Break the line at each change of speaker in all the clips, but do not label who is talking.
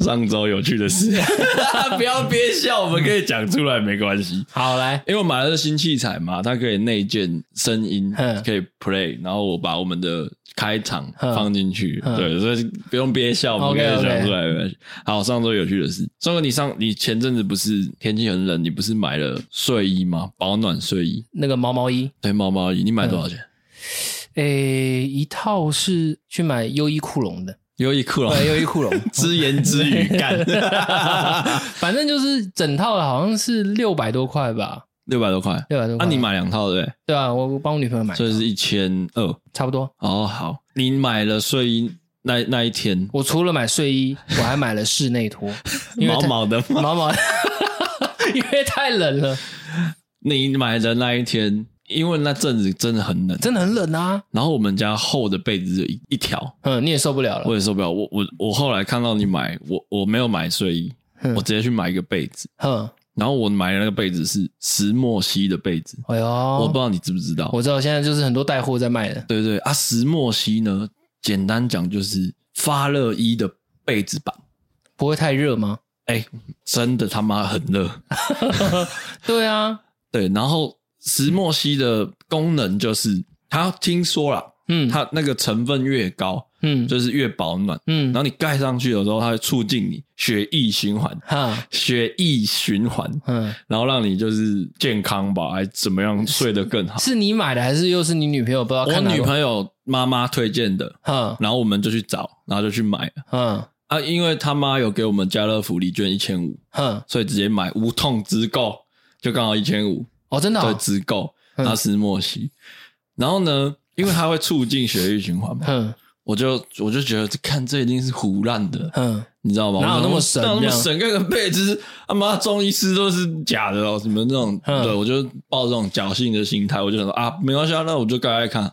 上周有趣的事， 不要憋笑，我们可以讲出来，没关系。
好来，
因为我买了新器材嘛，它可以内建声音
嗯，
可以 play，然后我把我们的开场
嗯
放进去，
嗯
对，所以不用憋笑，我们可
OK，OK
以讲出来。没关系好，上周有趣的事，上周你上你前阵子不是天气很冷，你不是买了睡衣吗？保暖睡衣，
那个毛毛衣，
对，毛毛衣，你买多少钱？
诶，一套是去买优衣库龙的，
优衣库了，
对，优衣库龙，
啊只言之语 干，
反正就是整套的好像是六百多块吧，
六百多块。
六百多
那、
块。
你买两套对不对？
对啊，我我帮我女朋友买，
所以是一千二。
差不多。
哦，好，你买了睡衣那那一天，
我除了买睡衣，我还买了室内 拖，因为
毛
太
毛的吗？
毛毛， 因为太冷了，
你买的那一天，因为那阵子真的很冷，
真的很冷啊。
然后我们家厚的被子就一一条，
嗯，你也受不了
我
了。
也受不了。我我我后来看到你买，我我没有买睡衣，
嗯
我直接去买一个被子，
哼，
然后我买的那个被子是石墨烯的被子，
哎呦，
我不知
我
道你知不知道？
知道现在就是很多带货在卖的，
对对啊，石墨烯呢，简单讲就是发热衣的被子版。
不会太热吗？
哎，真的他妈很热。
对啊，
对，然后石墨烯的功能就是，它听说啦，
嗯，
它那个成分越高，
嗯
就是越保暖。
嗯
然，后你盖上去的时候，它会促进你血液循环，
哈，
血液循环，
嗯，
然后让你就是健康吧，还怎么样睡得 更好。
是你买的还是又是你女朋友？不知道
我
看哪
女
个，
朋友妈妈推荐的，
哼
然后我们就去找，然后就去买了
哼
啊，因为他妈有给我们家乐福礼券一千五，
哼，
所以直接买无痛直购，就刚好一千五。
哦，真的
对
哦，
直购
嗯
阿斯莫西。然后呢，因为它会促进血液循环嘛，
哼
我就我就觉得看这一定是胡乱的，
哼，
你知道吗？
嗯哪有
我想
那
说
么神
哪有那
这
么
样
神？看个背就是他妈中医师都是假的哦，什么那种，
嗯
对我就抱这种侥幸的心态，我就想说啊，没关系啊，那我就盖盖看。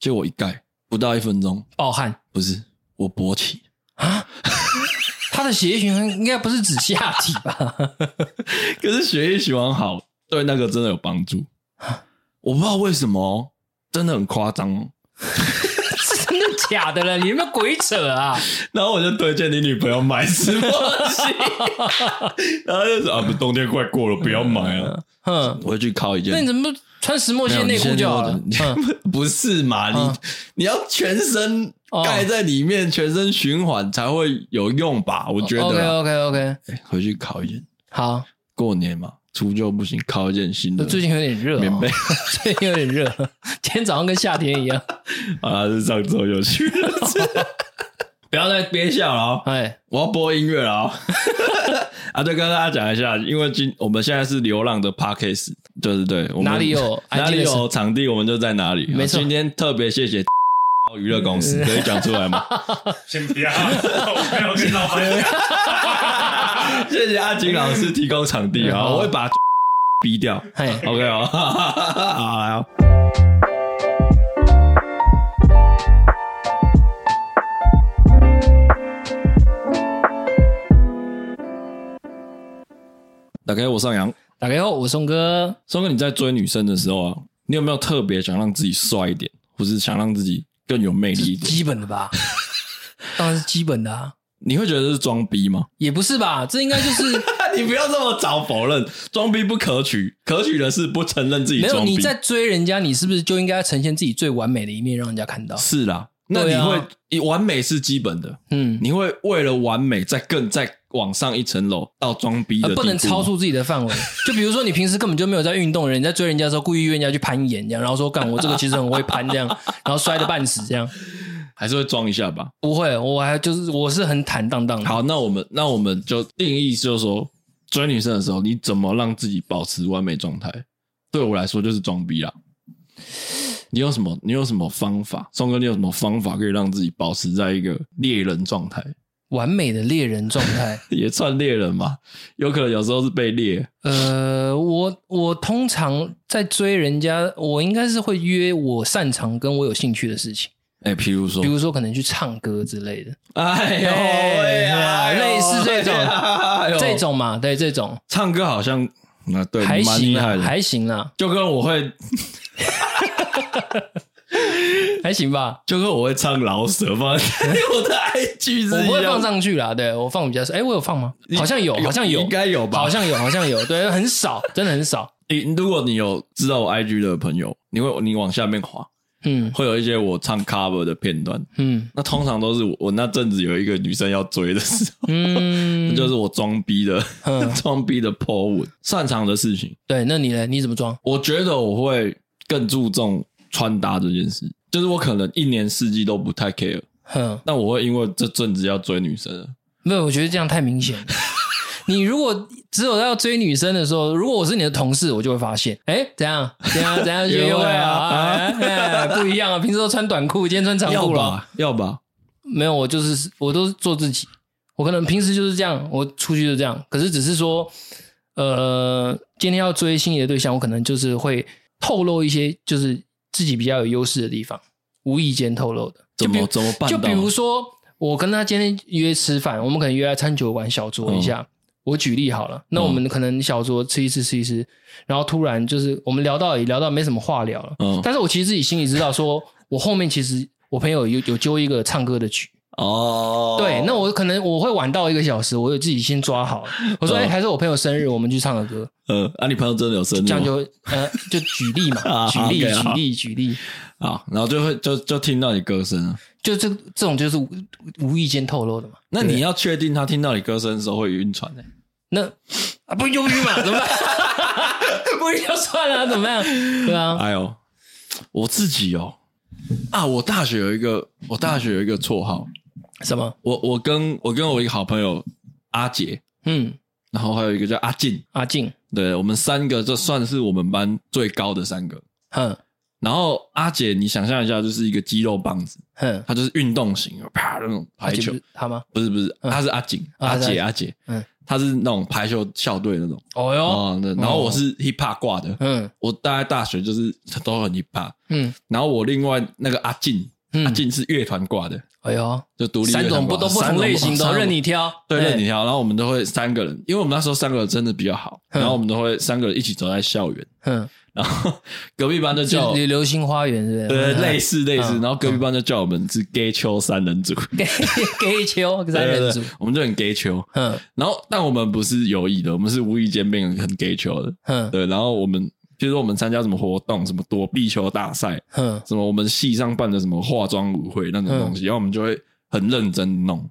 结果一盖不到一分钟，
暴汗
不是我勃起，
啊！他的血液循环应该不是指下体吧？
可是血液循环好，对那个真的有帮助。
啊
我不知道为什么哦，真的很夸张哦。
是真的假的了？你有没有鬼扯啊？
然后我就推荐你女朋友买石墨烯，然后就说啊，不，冬天快过了，不要买啊了。
哼，
我会去考一件，
那你怎么不穿石墨烯内裤就好了？
没有
哼
你先不是嘛？你、
嗯
你要全身
哦
盖在里面，全身循环才会有用
哦
吧？我觉得
OK
啊、
OK OK，
哎回去考一件，
好，
过年嘛，除旧不行，考一件新的。
最近有点热、
棉
哦
被，
最近有点热，今天早上跟夏天一样。
啊，是上周有趣的 事， 不要再憋笑了、哦。
哎，
我要播音乐了 啊、啊，对，跟大家讲一下，因为今我们现在是流浪的 Parkes，对对对，我们
哪 里有
哪
安静
里
的
有场地，我们就在哪里。
没错
今天特别谢 谢娱乐公司，可 以讲出来吗？
先不要， 我没有跟老板讲。
谢谢阿景老师提供场地啊，
好
我会把 逼掉。
嘿，
OK 哦，好来哦。打开我上扬，
大家好，我松哥。
松哥，你在追女生的时候啊，你有没有特别想让自己帅一点，或是想让自己更有魅力一点？
基本 的吧，当然是基本的啊，
你会觉得是装逼吗？
也不是吧？这应该就是
你不要这么早否认，装逼不可取，可取的是不承认自己
没有
装逼。
你在追人家，你是不是就应该呈现自己最完美的一面，让人家看到？
是啦，那你
对啊
会、完美是基本的，
嗯，
你会为了完美再更再往上一层楼到装逼的
呃
地步
不
吗、
能超出自己的范围。 就比如说，你平时根本就没有在运动的人，你在追人家的时候，故意约人家去攀岩，这样，然后说干我这个其实很会攀，这 样，然后摔得半死，这样。
还是会装一下吧。
不会，我还就是我是很坦荡荡的。
好，那我们那我们就定义就是说，追女生的时候，你怎么让自己保持完美状态？对我来说就是装逼啦。你有什么？你有什么方法？松哥，你有什么方法可以让自己保持在一个猎人状态？
完美的猎人状态。
也算猎人嘛？有可能有时候是被猎。
呃，我我通常在追人家，我应该是会约我擅长跟我有兴趣的事情，
哎、譬如说
比，如说可能去唱歌之类的，
哎呦喂啊，
哎
哎呦
类似这种
哎呦
这种嘛，对这种
唱歌好像那、对
还
蛮
行啊
厉害
啦，
的，
还行啦。
就跟我会，
还行吧。
就跟我会唱老舍放在 我的 IG
我
是一
不会
样
放。上去啦，对我放比较少。哎，我有放吗？
你
好像有，
有
好像有，
应该有吧
好像有，好像有，对，很 少，真的很少。
你如果你有知道我 IG 的朋友，你会你往下面滑，
嗯
会有一些我唱 cover 的片段。
嗯
那通常都是我我那阵子有一个女生要追的时候，那
嗯，
就是我装逼的
嗯
装逼的 po 文，擅长的事情。
对。那你呢？你怎么装？
我觉得我会更注重穿搭这件事，就是我可能一年四季都不太 care，
哼，
但我会因为这阵子要追女生了，
没有，我觉得这样太 明显了。你如果只有要追女生的时候，如果我是你的同事，我就会发现，哎，怎样怎样 怎样约
约
会
会
啊
啊？
哎哎不一样啊，平时都穿短裤，今天穿长裤了。？
要吧？
没有，我就是我都是做自己，我可能平时就是这样，我出去就这样。可是只是说，呃，今天要追心仪的对象，我可能就是会透露一些就是自己比较有优势的地方，无意间透露的。
怎
就比
么怎么办
就
到？
比如说，我跟他今天约吃饭，我们可能约在餐酒馆小酌一下。
嗯
我举例好了，那我们可能小酌吃一吃吃一吃，然后突然就是我们聊到也聊到没什么话聊了，
嗯
但是我其实自己心里知道说，我后面其实我朋友有有揪一个唱歌的局，
哦，
对，那我可能我会晚到一个小时，我有自己先抓好。我说，哎、
嗯
还是我朋友生日，我们去唱个歌，
呃，啊，你朋友真的有生日
这样
吗？
就呃，就举例嘛，
啊
举例，
OK，
举
好
例，举例，
啊，然后就会就就听到你歌声啊了。
就这这种就是无无意间透露的嘛。
那你要确定他听到你歌声的时候会晕船呢、欸
那啊，不就不晕嘛，怎么办？ 不晕就算了，怎么样？对啊，
哎呦，我自己哦啊，我大学有一个我大学有一个绰号，
什么？
我我跟我跟我一个好朋友阿杰，
嗯，
然后还有一个叫阿进，
阿静，
对我们三个，这算是我们班最高的三个。
哼
然后阿姐，你想象一下，就是一个肌肉棒子，
哼，
她就是运动型，啪那种
阿
排
静
球
不，是他吗？
不是不是，
嗯
她是阿锦，阿
啊她是
姐阿姐，
嗯
她是那种排球校队那种
哦哟，
哦，那然后我是 hip hop 挂的，
嗯
我大概大学就是都很 hip hop，
嗯，
然后我另外那个阿进，
嗯
阿进是乐团挂的，
哎呦，
就独立乐
三
团
种
挂
不都不同类型
三
的，
种
任你挑，
对，任你
哎，
挑。然后我们都会三个人，因为我们那时候三个人真的比较好，
嗯
然后我们都会三个人一起走在校园，
嗯，
然后隔壁班就叫
就。 流星花园是不
呃
是？，
类似类似，
嗯
然后隔壁班就叫我们是 gay 秋三人组，
给给 球三人组
对对对，我们就很 gay 秋。
嗯
然后，但我们不是有意的，我们是无意间变成很 gay 秋的。
嗯
对，然后我们比如说我们参加什么活动，什么躲避球大赛，
嗯
什么我们系上办的什么化妆舞会那种东西，然后我们就会很认真弄，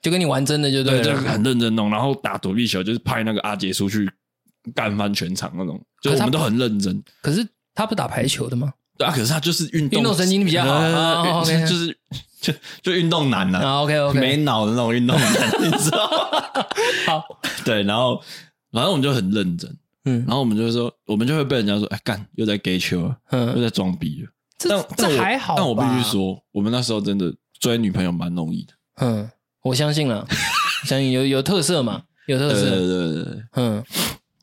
就跟你玩真的就
对，就
对了。
很认真弄，然后打躲避球就是派那个阿杰出去干翻全场那种，就
可是
是
他
我们都很认真。
可是他不打排球的吗？
对啊，可是他就是运动
运动神经比较好
对对对
啊
对
哦，OK
就是 就就运动男啊，
啊，OK
没
OK，
脑的那种运动男，你知道吗？
好，
对，然后然后我们就很认真，
嗯
然后我们就说，我们就会被人家说，哎，干又在 gay 球了，又
嗯，
在装逼了。
这
但但
这
我
还好，
但我必须，说，我们那时候真的追女朋友蛮容易的。
嗯，我相信了， 相信有有特色嘛，有特
对对
色，
对对对，
嗯。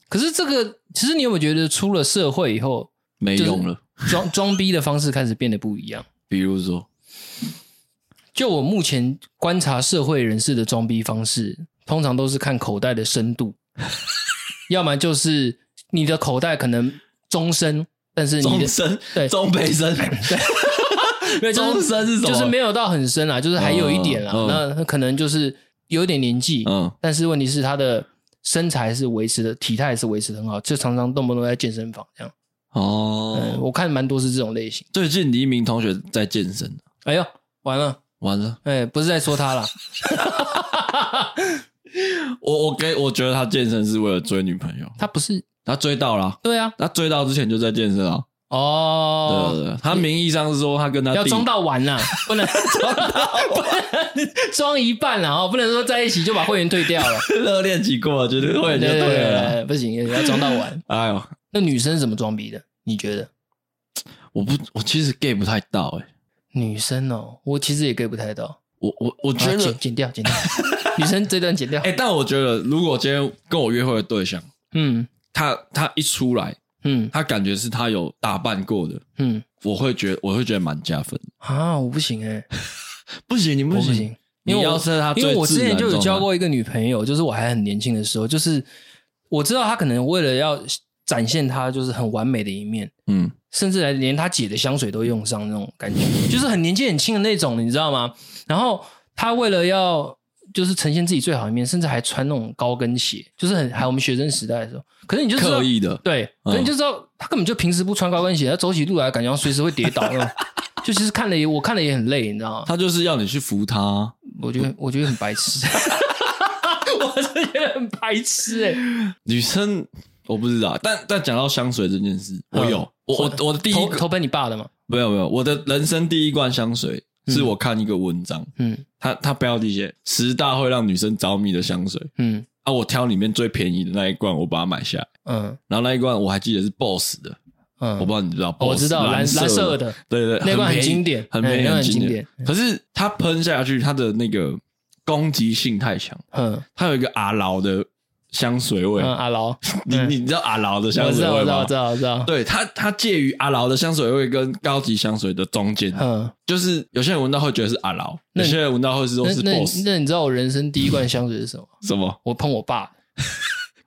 可是这个，其实你有没有觉得出了社会以后，
没
就是
用了。
装装逼的方式开始变得不一样？
比如说，
就我目前观察社会人士的装逼方式，通常都是看口袋的深度， 要么就是你的口袋可能终身，但是你
终
的
身
对
中培生，
没有就是
终身是什么
就是没有到很深啦，啊就是还有一点啦，
嗯
那可能就是有点年纪，
嗯，
但是问题是他的身材是维持的，体态是维持的很好，就常常动不动在健身房这样。嗯，
哦，
我看蛮多是这种类型。
最近黎明同学在健身，
哎呦，完了，
完了，
哎，不是在说他啦，
我我给我觉得他健身是为了追女朋友，
他不是，
他追到了，
对啊，
他追到之前就在健身啊。对
哦，
对对，他名义上是说他跟他
要
弟
装到完啦，不能装到完，装一半啦哦，不能说在一起就把会员退掉了，
热恋期过了，绝对会就
对对
对
对
了啦。
对，不行，要装到完。
哎呦，
那女生怎么装逼的？你觉得？
我不，我其实 get 不太到哎、欸
女生哦，我其实也 get 不太到，
我我我觉
啊
得
剪剪掉，剪掉，女生这段剪掉
哎、。但我觉得如果今天跟我约会的对象，
嗯
他他一出来，
嗯
他感觉是他有打扮过的，
嗯，
我会觉得我会觉得蛮加分。
啊，我不行哎，
不行，你
我
不
不
行，
行，
你
因为我
要是他最
因为我之
自然
前就有
状态
交过一个女朋友，就是我还很年轻的时候，就是我知道她可能为了要展现她就是很完美的一面，
嗯
甚至来连他姐的香水都用上那种 感觉，就是很年纪很轻的那种，你知道吗？然后他为了要就是呈现自己最好一面，甚至还穿那种高跟鞋，就是很还有我们学生时代的时候。可是你就知道
刻意的
对，
嗯
可是你就知道他根本就平时不穿高跟鞋，他走起路来感觉他随时会跌倒 那种。就其实看了也我看了也很累，你知道吗？
他就是要你去扶他，
我觉得我觉得很白痴， 我是觉得很白痴哎、
女生我不知道，但但讲到香水这件事，
嗯
我有，我我我的第一
投
个
投奔你爸的嘛？
没有没有，我的人生第一罐香水是我看一个文章，
嗯
它它标题写十大会让女生着迷的香水
嗯
啊，我挑里面最便宜的那一罐，我把它买下来，
嗯
然后那一罐我还记得是 BOSS 的，
嗯，
我不知道你知不知道，
我知道
BOSS
蓝蓝色
色
的，
对对，
那罐很
便宜
经典
很便
嗯
宜，
那罐
很
很
经
经
典
典。
可是它喷下去，它的那个攻击性太强，
嗯
它有一个阿劳的香水味
嗯，，阿劳，我
你
嗯
你知道阿劳的
知道
香
我知
水
道
味
我知道
吗
我？知道我知道，
对它，它介于阿劳的香水味跟高级香水的中间，
嗯，
就是有些人闻到会觉得是阿劳，
那
有
你
些人闻到会是说
那
是
那
boss
那你知道我人生第一罐香水是什么？
什么
我碰我爸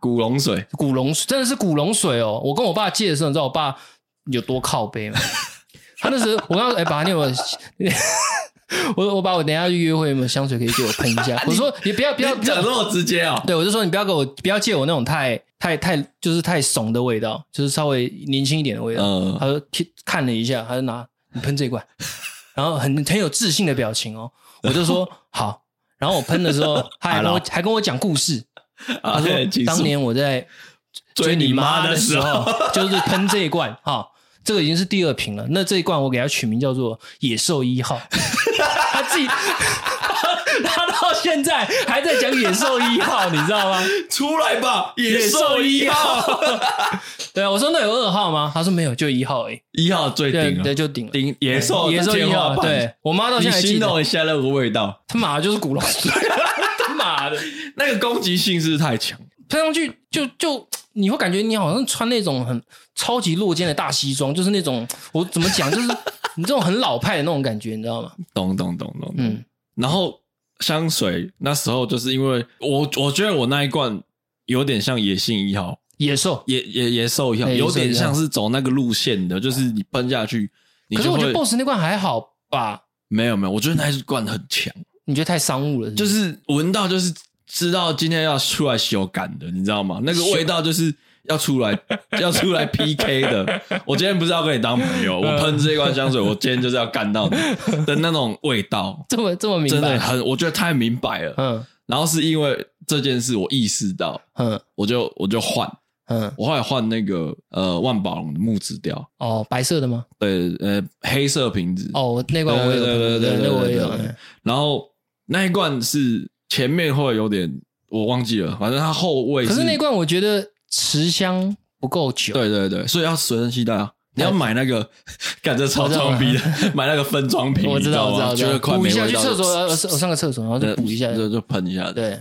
古龙水，
古龙水，真的是古龙水哦！我跟我爸借的时候，你知道我爸有多靠背吗？ 他那时候我刚刚哎，爸，你有没 有？我我把我等一下去约会有没有香水可以借我喷一 下？我说你不要不
不
要
要
不要
讲那么直接哦。
对，我就说你不要给我，不要借我那种太太太就是太怂的味道，就是稍微年轻一点的味道。
嗯
他就贴看了一下，他就拿你喷这一罐，然后很很有自信的表情哦。我就说好，然后我喷的时候，他还跟我还跟我讲故事。他说
哎请
当
说
年我在
追你妈
的
的时候，
就是喷这一罐哈、这个已经是第二瓶了。那这一罐我给它取名叫做“野兽一号”，他自己他到现在还在讲“野兽一号”，你知道吗？
出来吧，野兽一号，
对啊，我说那有二号吗？他说没有，就一号而已。
一号最
对
顶
对，
了，
就顶了
顶野兽的
野兽
天
一
花
号。
板哦
对，我妈到
你
现在还记
形
得，
容一下那个味道，
他妈的就 是古龙 水，他妈的
那个攻击性是不是太强。
喷上去就就你会感觉你好像穿那种很超级落肩的大西装，就是那种我怎么讲，就是 你这种很老派的那种感觉，你知道吗？
懂懂懂懂。懂
嗯
然后香水那时候就是因为我，我觉得我那一罐有点像野性一号，
野兽。
野野野兽一号，
哎野兽
有点
一号
像是走那个路线的，就是你喷下去，你
可是
就
我
会
觉得 BOSS 那罐还好吧？
没有没有，我觉得那一罐很强，
你觉得太商务了
就是是闻到就是知道今天要出来修改的，你知道吗？那个味道就是。要出来， 要出来 PK 的。我今天不是要跟你当朋友，我喷这一罐香水，我今天就是要干到你的那种味道，
这么这么明
真的
白？
很，我觉得太明白了。
嗯
然后是因为这件事，我意识到，
嗯
我就我就换，
嗯，
我后来换那个呃万宝龙的木质调，
哦，白色的吗？
对呃黑色瓶子，
哦，我那罐我也有
对对对
喷，
对对
那我也
对
有
对对
嗯
然后那一罐是前面会有点我忘记了，反正它后味
可
是
是那罐我觉得持香不够久，
对对对，所以要随身携带啊。你要买那个，感觉超装逼的，买那个分装瓶，
我知道，
你
我知道，
吗
我知
觉
道
得快
补
没
一下
味
去
道就
厕所，呃我上我上个厕所，然后就补一下。
就就喷一下，
对，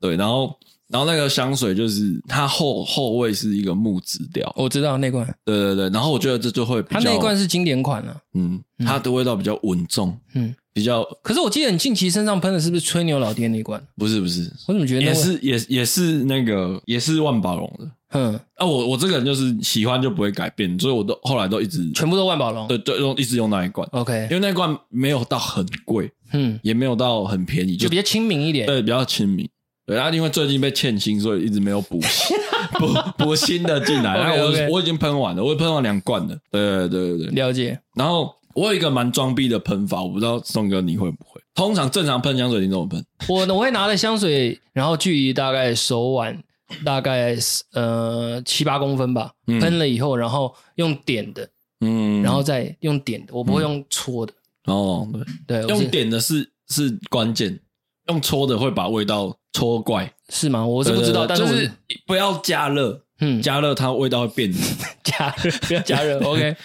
对，然后然后那个香水就是它后后味是一个木质调，
我知道那罐，
对对对，然后我觉得这就会比
它
较，
那一罐是经典款啊。
嗯，它的味道比较稳重，
嗯，
比较
可是我记得你近期身上喷的是不是吹牛老爹那一罐？
不是不是，
我怎么觉得那
也
罐？
是也也是那个也是万宝龙的
嗯，
啊，我我这个人就是喜欢就不会改变，所以我都后来都一直
全部都万宝龙。
对对用一直用那一罐，因
OK，
为那一罐没有到很贵，
嗯，
也没有到很便宜，
就
就
比较亲民一点。
对比较亲民。对，啊然后因为最近被欠薪，所以一直没有补 补补新的进 来。然后
OK，OK
我我已经喷完了，我也喷完两罐了。对对对对对。
了解。
然后我有一个蛮装逼的喷法，我不知道宋哥你会不会？通常正常喷香水你怎么喷？
我我会拿着香水，然后距离大概手腕大概呃七八公分吧，
嗯
喷了以后，然后用点的，
嗯，
然后再用点的，我不会用搓的。
哦，对，
对，我是
用点的是是关键，用搓的会把味道搓怪。
是吗？我是不知道，
对
但是
对
我
对就是不要加热，
嗯，
加热它味道会变质。
加热，不要加 热。OK，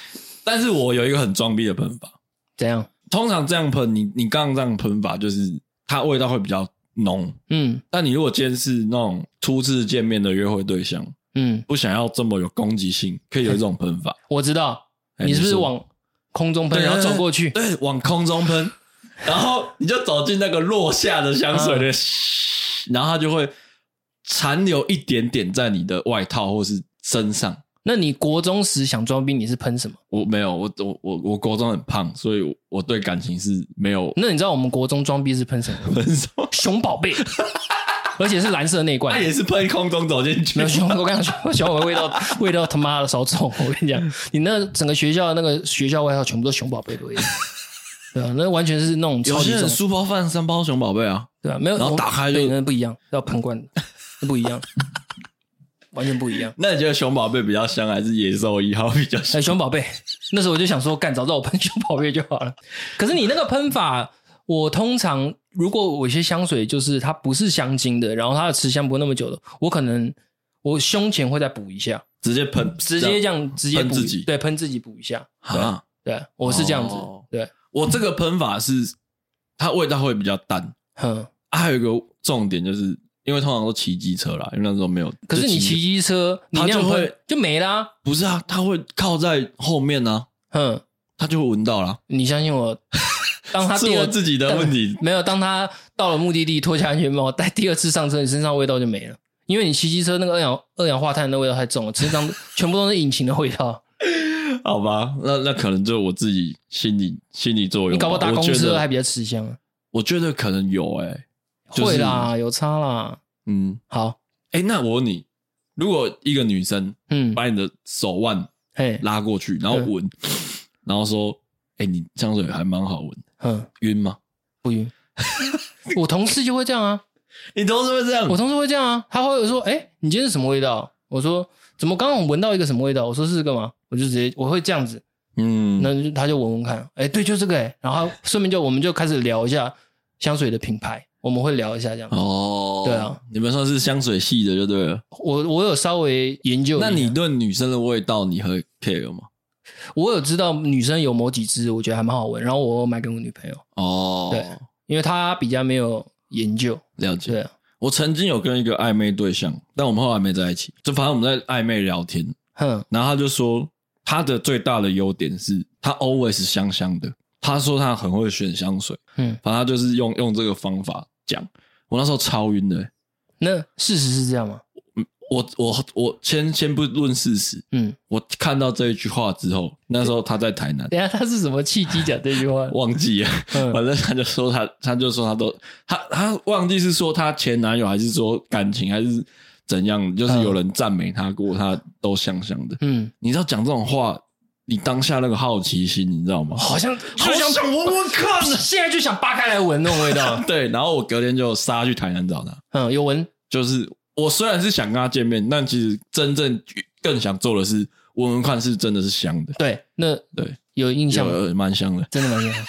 但是我有一个很装逼的喷法，
怎样？
通常这样喷，你你刚刚这样喷法就是它味道会比较浓。
嗯
但你如果今天是那种初次见面的约会对象，
嗯，
不想要这么有攻击性，可以有一种喷法，
我知道，
哎
你是不
你
是
说
往空中喷，
对
然后
对
走过去？
对，往空中喷，然后你就走进那个落下的香水
嗯
的，然后它就会残留一点点在你的外套或是身上，
那你国中时想装逼，你是喷什么？
我没有，我我我我国中很胖，所以我我对感情是没有
那你知道我们国中装逼是喷什 么？
分手，
熊宝贝，而且是蓝色内罐
他。也是喷空中走进去
没有。熊，我跟你讲，熊宝贝味 道味道他妈的少重！我跟你讲，你那整个学校的那个学校外套全部都熊宝贝的味道， 对啊，那完全是那种超
有
级
些
重
人，书包饭三包熊宝贝啊，
对啊，没有，
然后打开就
对那不一样，要喷罐的，那不一 样，完全不一样。
那你觉得熊宝贝比较香，还是野兽一号比较
哎、
香？
熊宝贝，那时候我就想说，干，早知道我喷熊宝贝就好了。可是你那个喷法，我通常如果我有些香水就是它不是香精的，然后它的持香不会那么久的，我可能我胸前会再补一下，
直接喷，
直接这样直接
喷
补
自己
对，喷自己补一下。
啊！
对，我是这样子。
哦
对，
我这个喷法是它味道会比较淡，
哼。
啊、还有一个重点就是，因为通常都骑机车啦，因为那时候没有。
可是
就
你骑机车，你那样
它就会
喷就没啦。
不是啊？它会靠在后面呢、啊，
哼，
它就会闻到啦。
你相信我。当哦 他
是
第
我
二
自己的问题。
没有，当他到了目的地，脱下安全帽，戴第二次上车，你身上味道就没了，因为你骑机车那个二氧二氧化碳的味道太重了，身上全部都是引擎的 味道。
好吧，那那可能就我自己心理心理作用吧。
你搞不好搭公
我觉
车
得
还比较吃香啊？
我觉得可能有哎、就是
会啦，有差啦。
嗯，
好，
哎、那我问你，如果一个女生
嗯，
把你的手腕
嘿，
拉过去，然后
嗯
闻，然后说：“哎、你香水还蛮好闻，
嗯，
晕吗
不晕。我同事就会这样啊，？”
你同事会这样
我同事会这样啊，他会说：“哎、你今天是什么味道？”我说：“怎么刚刚我闻到一个什么味道？”我说：“是干嘛？”我就直接我会这样子，
嗯，
那就他就闻闻看，哎、对，就这个哎、然后顺便就我们就开始聊一下香水的品牌，我们会聊一下这样。
哦，
对啊，
你们算是香水系的就对了。
我我有稍微研究一下，
那你对女生的味道你会 care 吗？
我有知道女生有某几支，我觉得还蛮好闻，然后我有买给我女朋友，
哦，
对，因为她比较没有研究，
了解。
对啊，
我曾经有跟一个暧昧对象，但我们后来没在一起。就反正我们在暧昧聊天，
哼，
然后他就说他的最大的优点是他 always 香香的。他说他很会选香水，
嗯，
反正他就是用用这个方法讲。我那时候超晕的欸、
那事实是这样吗？
我我我先先不论事实，
嗯，
我看到这一句话之后，那时候他在台南，
等一下她是什么契机讲这句 话？
忘记了，
嗯
反正他就说他，他就说他都他他忘记是说他前男友还是说感情还是怎样，就是有人赞美他过，他都香香的。
嗯，
你知道讲这种话，你当下那个好奇心，你知道吗？
好像
好
好像
想闻闻看啊！
现在就想扒开来闻那种 味道，
对，然后我隔天就杀去台南找他，
嗯，有闻，
就是我虽然是想跟他见面，但其实真正更想做的是闻闻看是真的是香的，
对，那
对，
有印象吗？
有有呃蛮香的。
真的蛮厉害。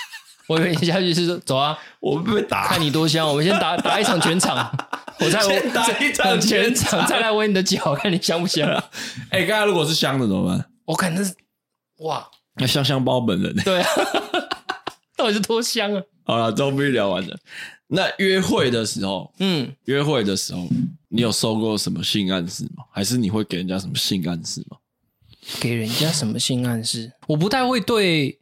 我以为你下去是说走啊，
我被打
看你多香，我们先打打一场 全场，我再
先打一场全场
全场，再来闻你的脚，看你香 不香。
哎，刚才如果是香的怎么办？
我看那是哇，
那香香包本人。
对啊，到底是多香啊？
好了，终于聊完了。那约会的时候，
嗯，
约会的时候，你有受过什么性暗示吗？还是你会给人家什么性暗示吗？
给人家什么性暗示？我不太会对，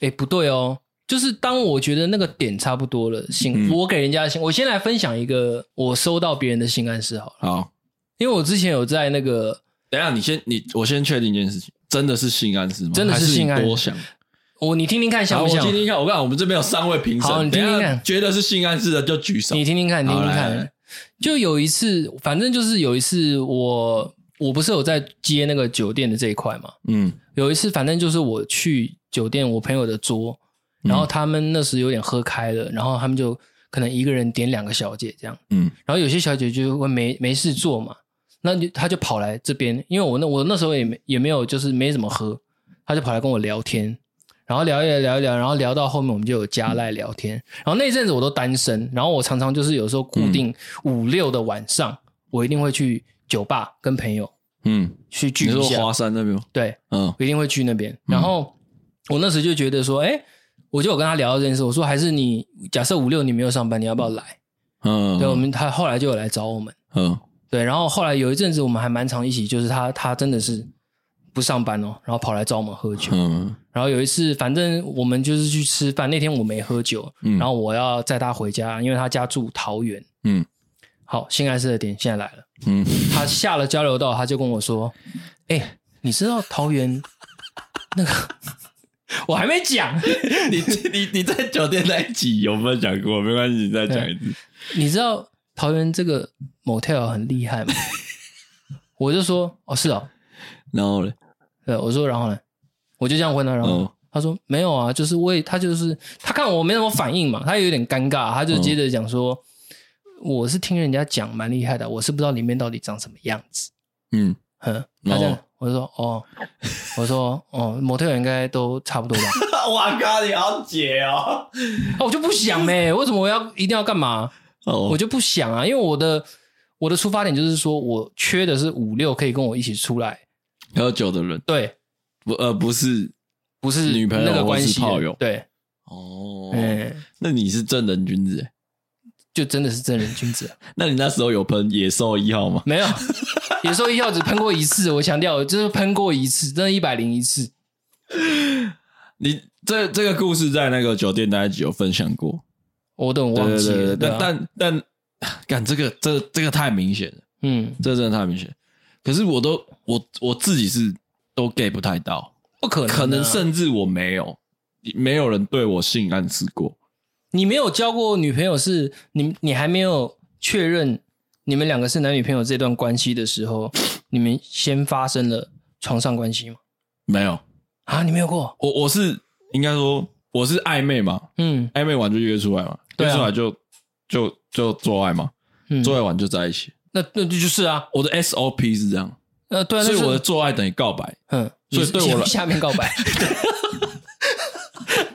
哎，不对哦。就是当我觉得那个点差不多了，性、
嗯
我给人家的性，我先来分享一个我收到别人的性暗示好了，
好，
因为我之前有在那个
等一下你先，你我先确定一件事情，真的是性暗示吗？
真的
还
是
是
性暗示
你多想。
我你听听看像
好，
不
我
像？
听听看。我看我们这边有三位评审，
好你听听看
等一下觉得是性暗示的就举手
你。听听看，你听听
好来来
看
来。
就有一次，反正就是有一次我，我不是有在接那个酒店的这一块嘛。
嗯
有一次，反正就是我去酒店我朋友的桌，
嗯
然后他们那时有点喝开了，然后他们就可能一个人点两个小姐这样，
嗯
然后有些小姐就会没没事做嘛，那就她就跑来这边，因为我那我那时候也没也没有就是没怎么喝，她就跑来跟我聊天，然后聊一聊聊一聊，然后聊到后面我们就有加赖聊天，然后那一阵子我都单身，然后我常常就是有时候固定
嗯
五六的晚上，我一定会去酒吧跟朋友
嗯，
去
你
聚一
说
下，
华山那边吗？
对，
嗯
我一定会去那边。然后我那时就觉得说，哎、我就有跟他聊到这件事，我说还是你假设五六你没有上班，你要不要来？
嗯，
对，我们他后来就有来找我们。
嗯
对，然后后来有一阵子我们还蛮常一起，就是他他真的是不上班哦，然后跑来找我们喝酒。
嗯
然后有一次，反正我们就是去吃饭，那天我没喝酒，
嗯
然后我要载他回家，因为他家住桃园。
嗯
好，性暗示的点现在来了，
嗯，
他下了交流道，他就跟我说：“哎、你知道 桃园那个？我还没讲，
你你你在酒店那一集有分享过？没关系，你再讲一次。
你知道桃园这个 motel 很厉害吗？我就说哦，是哦，
然后嘞，
对，我说然后呢，我就这样问他，然后呢、
嗯
他说没有啊，就是我也他就是他看我没什么反应嘛，他有点尴尬，他就接着讲说、我是听人家讲蛮厉害的，我是不知道里面到底长什么样子。
嗯，
嗯，他这样，
哦
我就说哦，我说哦，模特儿应该都差不多吧。
哇靠，你好解哦。
啊，我就不想呗、为什么我要一定要干嘛？
哦，
我就不想啊，因为我的我的出发点就是说我缺的是五六可以跟我一起出来，
喝酒的人
对，
不呃不是
不是
女朋友
那个
或
关
是
系的
炮友
对，
哦。
嗯、
那你是正人君子欸，
就真的是正人君子、啊，
那你那时候有喷野兽一号吗？
没有野兽一号只喷过一次，我强调就是喷过一次，真的一百零一次，
你这这个故事在那个酒店那一集有分享过，
我都很
对
忘
对
记
对
了，
对，但
啊
但但， 干这个这这个太明显了，
嗯，
这真的太明显。可是我都我我自己是都 get 不太到，
不可能、
可能。啊甚至我没有，没有人对我性暗示过。
你没有交过女朋友是，你你还没有确认你们两个是男女朋友这段关系的时候，你们先发生了床上关系吗？
没有，
啊，你没有过？
我我是应该说我是暧昧嘛，
嗯
暧昧完就约出来嘛，
对啊
约出来就就就做爱嘛，
嗯，
做爱完就在一起。
那那就是啊，
我的 SOP 是这样，
呃，对啊，
所以
那是
我的做爱等于告白。
嗯，
所以
你
对我
先
来
下面告白，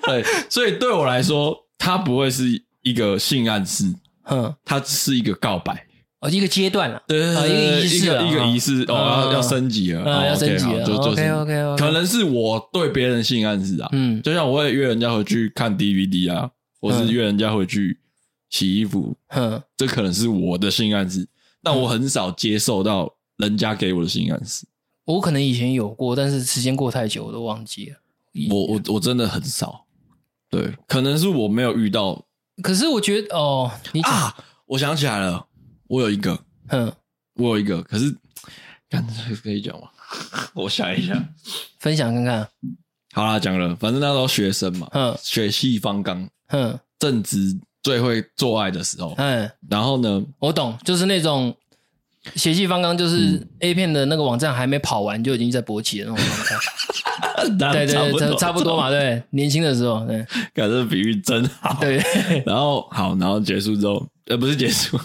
对， 所以对我来说，它不会是一个性暗示，
嗯，
它是一个告白，
哦，一个阶段了，
对
啊一个仪
一
式啊
个一个仪式，哦，
啊
要要升级了，
啊
哦
要升级
OK，
了
好就就是
OK，OK，OK
可能是我对别人性暗示啊，
嗯
就像我会约人家回去看 DVD 啊，或是
嗯
约人家回去洗衣服，
哼，
这可能是我的性暗示，但我很少接受到人家给我的性暗示，
我可能以前有过，但是时间过太久，我都忘记了。
我我我真的很少，对，可能是我没有遇到
可是我觉得，哦，你讲，
啊，我想起来了，我有一个。
嗯，
我有一个，可是，干这个可以讲吗？ 我想一下。
分享看看，
好啦，讲了，反正那时候学生嘛，
嗯
血气方刚，
嗯
正值最会做爱的时候。
嗯。
然后呢，
我懂，就是那种血气方刚，就是 A 片的那个网站还没跑完就已经在勃起的那种状态。 对对对，差差不多嘛，对，年轻的时候，对
感觉比喻真好。
对，
然后好，然后结束之后，呃，不是结束，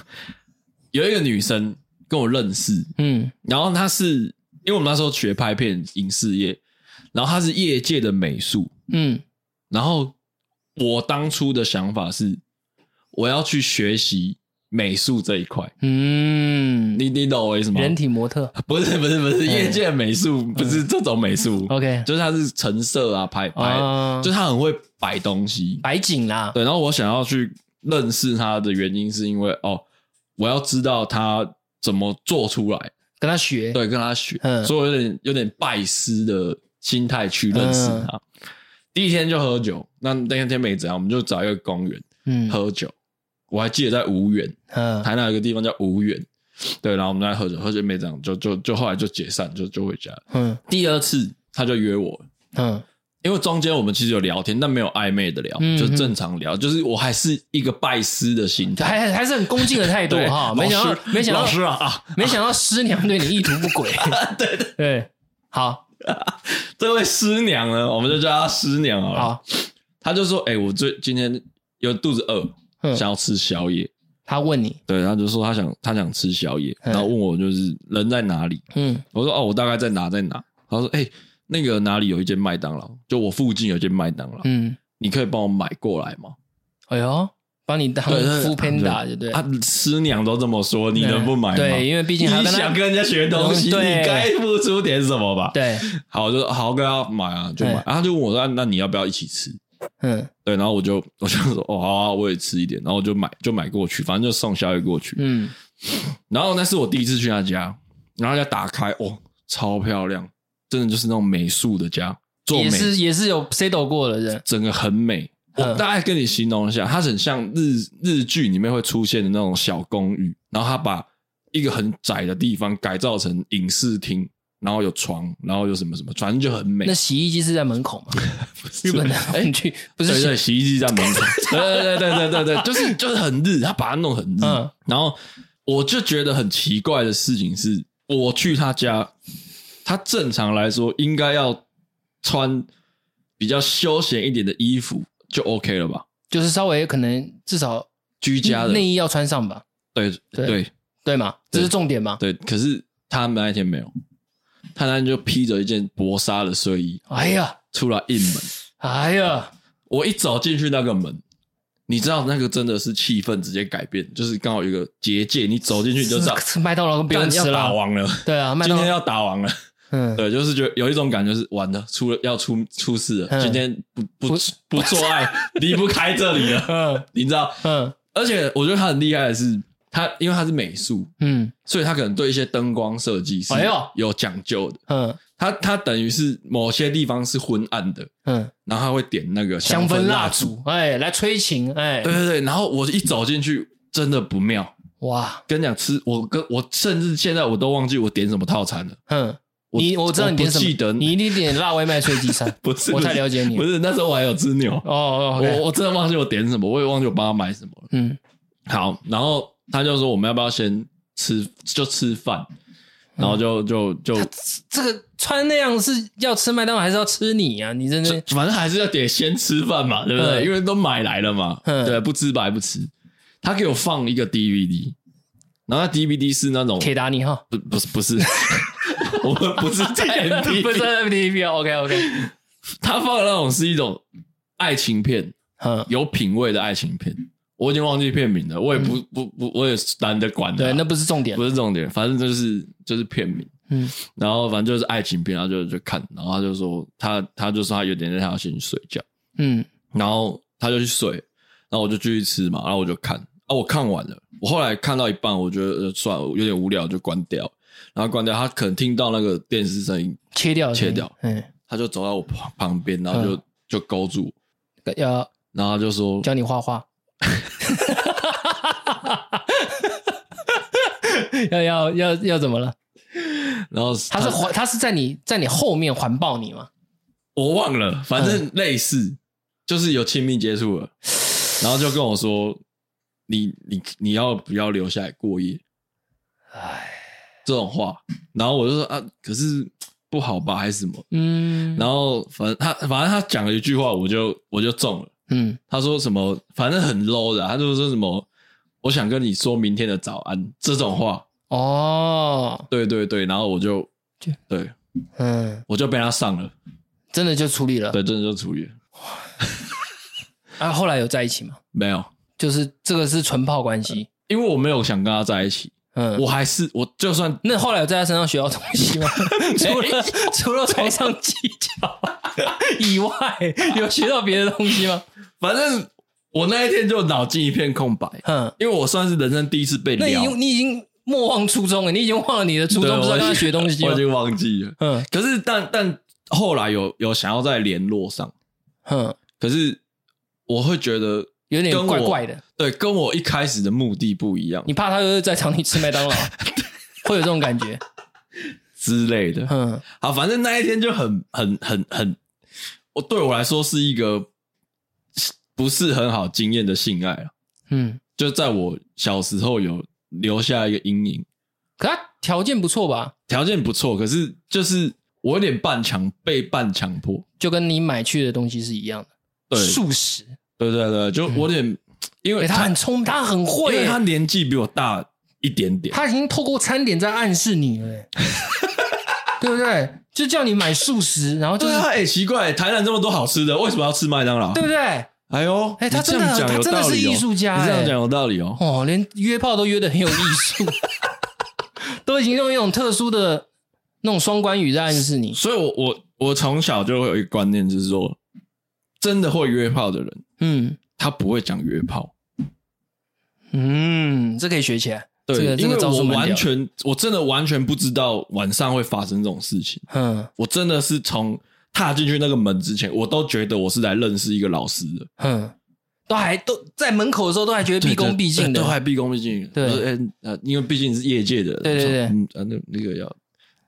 有一个女生跟我认识，
嗯
然后她是因为我们那时候学拍片影视业，然后她是业界的美术，
嗯
然后我当初的想法是，我要去学习美术这一块。
嗯，
你你懂我意思吗？
人体模特
不是不是不是，
嗯哦
业界美术不是这种美术，
，OK，
就是它是成色啊，排排，
啊，
就是他很会摆东西。
白景啦，
对，然后我想要去认识他的原因是因为哦，我要知道他怎么做出来，
跟他学，
对，跟他学，
嗯
所以我有点有点拜师的心态去认识
嗯
他。第一天就喝酒，那那天没怎样，我们就找一个公园
嗯
喝酒。我还记得在无缘，
嗯
台南有一个地方叫无缘，对，然后我们在喝酒，喝酒没这样，就就就后来就解散，就就回家了。
嗯
第二次他就约我，
嗯
因为中间我们其实有聊天，但没有暧昧的聊，
嗯
就正常聊，就是我还是一个拜师的心态。
还还还是很恭敬的态度
对
哈，没想到没想
老师
到
啊啊，
没想到师娘对你意图不 轨，对对对，好
这位师娘呢，我们就叫她师娘好了。
好，
她就说：“哎、我最今天有肚子饿，
嗯
想要吃宵夜。
他问你，
对，她就说她想她想吃宵夜，
嗯
然后问我就是人在哪里。
嗯
我说哦，我大概在哪在哪？他说哎、那个哪里有一间麦当劳，就我附近有一间麦当劳，
嗯。
你可以帮我买过来吗？
哎呦，把你当副 panda 就对
啊，师娘都这么说，你能不买吗？
对，因为毕竟还要
你
跟他嗯
想跟人家学东西，
对
你该付出点什么吧？，
对，
好我就好跟他买啊，就买。
对
然后他就问我说，啊那你要不要一起吃？
嗯
对，然后我就我就说哦，好啊，我也吃一点，然后我就买就买过去，反正就送宵夜过去。
嗯
然后那是我第一次去他家，然后他家打开，哦，超漂亮，真的就是那种美术的家， 做
也
美
是也是有 say 抖过的人，
整个很美。我
嗯
大概跟你形容一下，它很像日日剧里面会出现的那种小公寓，然后他把一个很窄的地方改造成影视厅，然后有床，然后有什么什么，反正就很美哎
那。洗衣机是在门口 嘛？日本的玩具不是
对
洗
对，洗衣机在门口。 对对对对对 对，就是就是很日，他把它弄很日。
嗯
然后我就觉得很奇怪的事情是，我去他家，他正常来说应该要穿比较休闲一点的衣服就 OK 了吧？
就是稍微可能至少
居家的
内衣要穿上吧，
对
对
对
对吗？这
对
是重点嘛？
对，可是他们那一天没有，他那天就披着一件薄纱的睡衣
哎呀，
出来应门。
哎呀，
我一走进去那个门，你知道那个真的是气氛直接改变，就是刚好有一个结界，你走进去你就知道
吃麦当劳跟别人
干
吃
要打
了，
王了，
对啊， 麦
今
当
天
劳，
要打王了，
嗯，
对，就是觉得有一种感觉是完了，出了要出出事了，
嗯
今天不不
不
不做 爱离不开这里了，
嗯
你知道？
嗯
而且我觉得他很厉害的是，他因为他是美术，
嗯
所以他可能对一些灯光设计是
哎呦
有讲究的。
嗯
他他等于是某些地方是昏暗的，
嗯，
然后他会点那个
香
氛
氛蜡
烛。
烛，哎，来催情，哎
对，对对，然后我一走进去，真的不妙。
哇，
跟你讲，吃我跟我甚至现在我都忘记我点什么套餐了。
嗯，
我
你我知道你点什
我不记得，
么，你一定点辣味麦脆鸡餐
不是，
我太了解你
不
了，
是那时候我还有吃牛，
哦哦
我
，OK，
我真的忘记我点什么，我也忘记我帮他买什么了。
嗯
好，然后他就说我们要不要先吃就吃饭，
嗯
然后就就就
这个穿那样是要吃麦当劳还是要吃你啊？你真
就
的，
反正还是要得先吃饭嘛，对不对？
嗯
因为都买来了嘛，
嗯
对，不吃白不吃。他给我放一个 DVD，然后那 DVD 是那种
铁达 尼号。
不不是不是，我们不是 TNT，
啊不是 MVP 哦，OK OK，
他放的那种是一种爱情片，
嗯，
有品味的爱情片。我已经忘记片名了，我也不、不不，我也懒得管了
嗯对，
啊。
那不是重点
不，是重点，反正就是就是片名，
嗯
然后反正就是爱情片，然后就就看，然后他就说他他就说他有点累，他要先去睡觉，
嗯
然后他就去睡，然后我就继续吃嘛，然后我就看啊，我看完了，我后来看到一半，我觉得呃算了，我有点无聊，就关掉，然后关掉，他可能听到那个电视声音，
切掉，
切掉，
嗯，
他就走到我旁 旁边，然后就、就勾住我，
嗯要
然后他就说
教你画画， 要要要要怎么了？
然后
他是环，他是在你在你后面环抱你嘛？
我忘了，嗯反正类似，就是有亲密接触了，然后就跟我说，你你你要不要留下来过夜？
哎，
这种话，然后我就说啊，可是不好吧，还是什么？
嗯，
然后反正他反正他讲了一句话，我就我就中了。
嗯，
他说什么，反正很 low 的啊、他就说什么，我想跟你说明天的早安这种话。
哦，
对对对，然后我就
就
对
嗯，
我就被他上了，
真的就处理了。
对，真的就处于
啊，后来有在一起吗？
没有，
就是这个是纯炮关系，
因为我没有想跟他在一起，
嗯，
呃我还是我就算
那后来有在他身上学到东西 吗？除了除了床上技巧以外， 有学到别的东西吗？
反正我那一天就脑筋一片空白，
嗯，
因为我算是人生第一次被
那已
撩，
经你已经莫忘初衷了，你已经忘了你的初
对
衷，不是
我
要
已
跟
经
他学东西
我
吗
已？经忘记了。
嗯
可是但但后来有有想要再联络上，
嗯，
可是我会觉得
有点
跟我
怪怪的，
对，跟我一开始的目的不一样
你怕他又在场里吃麦 当劳，会有这种感觉。
之类的。
嗯
好，反正那一天就很很很很，我对我来说是一个不是很好经验的性爱啊，
嗯，
就在我小时候有留下一个阴影。
可他条件不错吧？
条件不错，可是就是我有点半强被半强迫，
就跟你买去的东西是一样的，
对
素食。
对对对，就我有点、因为
嗯对，他很聪明，他很
因
会
为
耶，
他年纪比我大一点点，
他已经透过餐点在暗示你了 耶，对不对？就叫你买素食，然后就
对
是、
啊，哎、奇怪，台南这么多好吃的，为什么要吃麦当劳？
对不对？
哎呦，
哎他
你这
真的
样讲有
他真的
道理
是
哦
艺术家
你这样
哎
讲有道理哦。
哦，连约炮都约的很有艺 术，都已经用一种特殊的那种双关语在暗示你。
所以我，我我从小就会有一个观念，就是说，真的会约炮的人，
嗯
他不会讲约炮。
嗯，这可以学起来。
对，
这个这
因
个
为
招
我
数蛮屌
完
的
全，我真的完全不知道晚上会发生这种事情。
嗯
我真的是从踏进去那个门之前，我都觉得我是来认识一个老师的，
嗯，都还都在门口的时候都还觉得毕恭毕敬
对
的
都，还毕恭毕敬。欸
对
我说哎呃，因为毕竟是业界的人，
对对对
我说嗯，啊，那那个要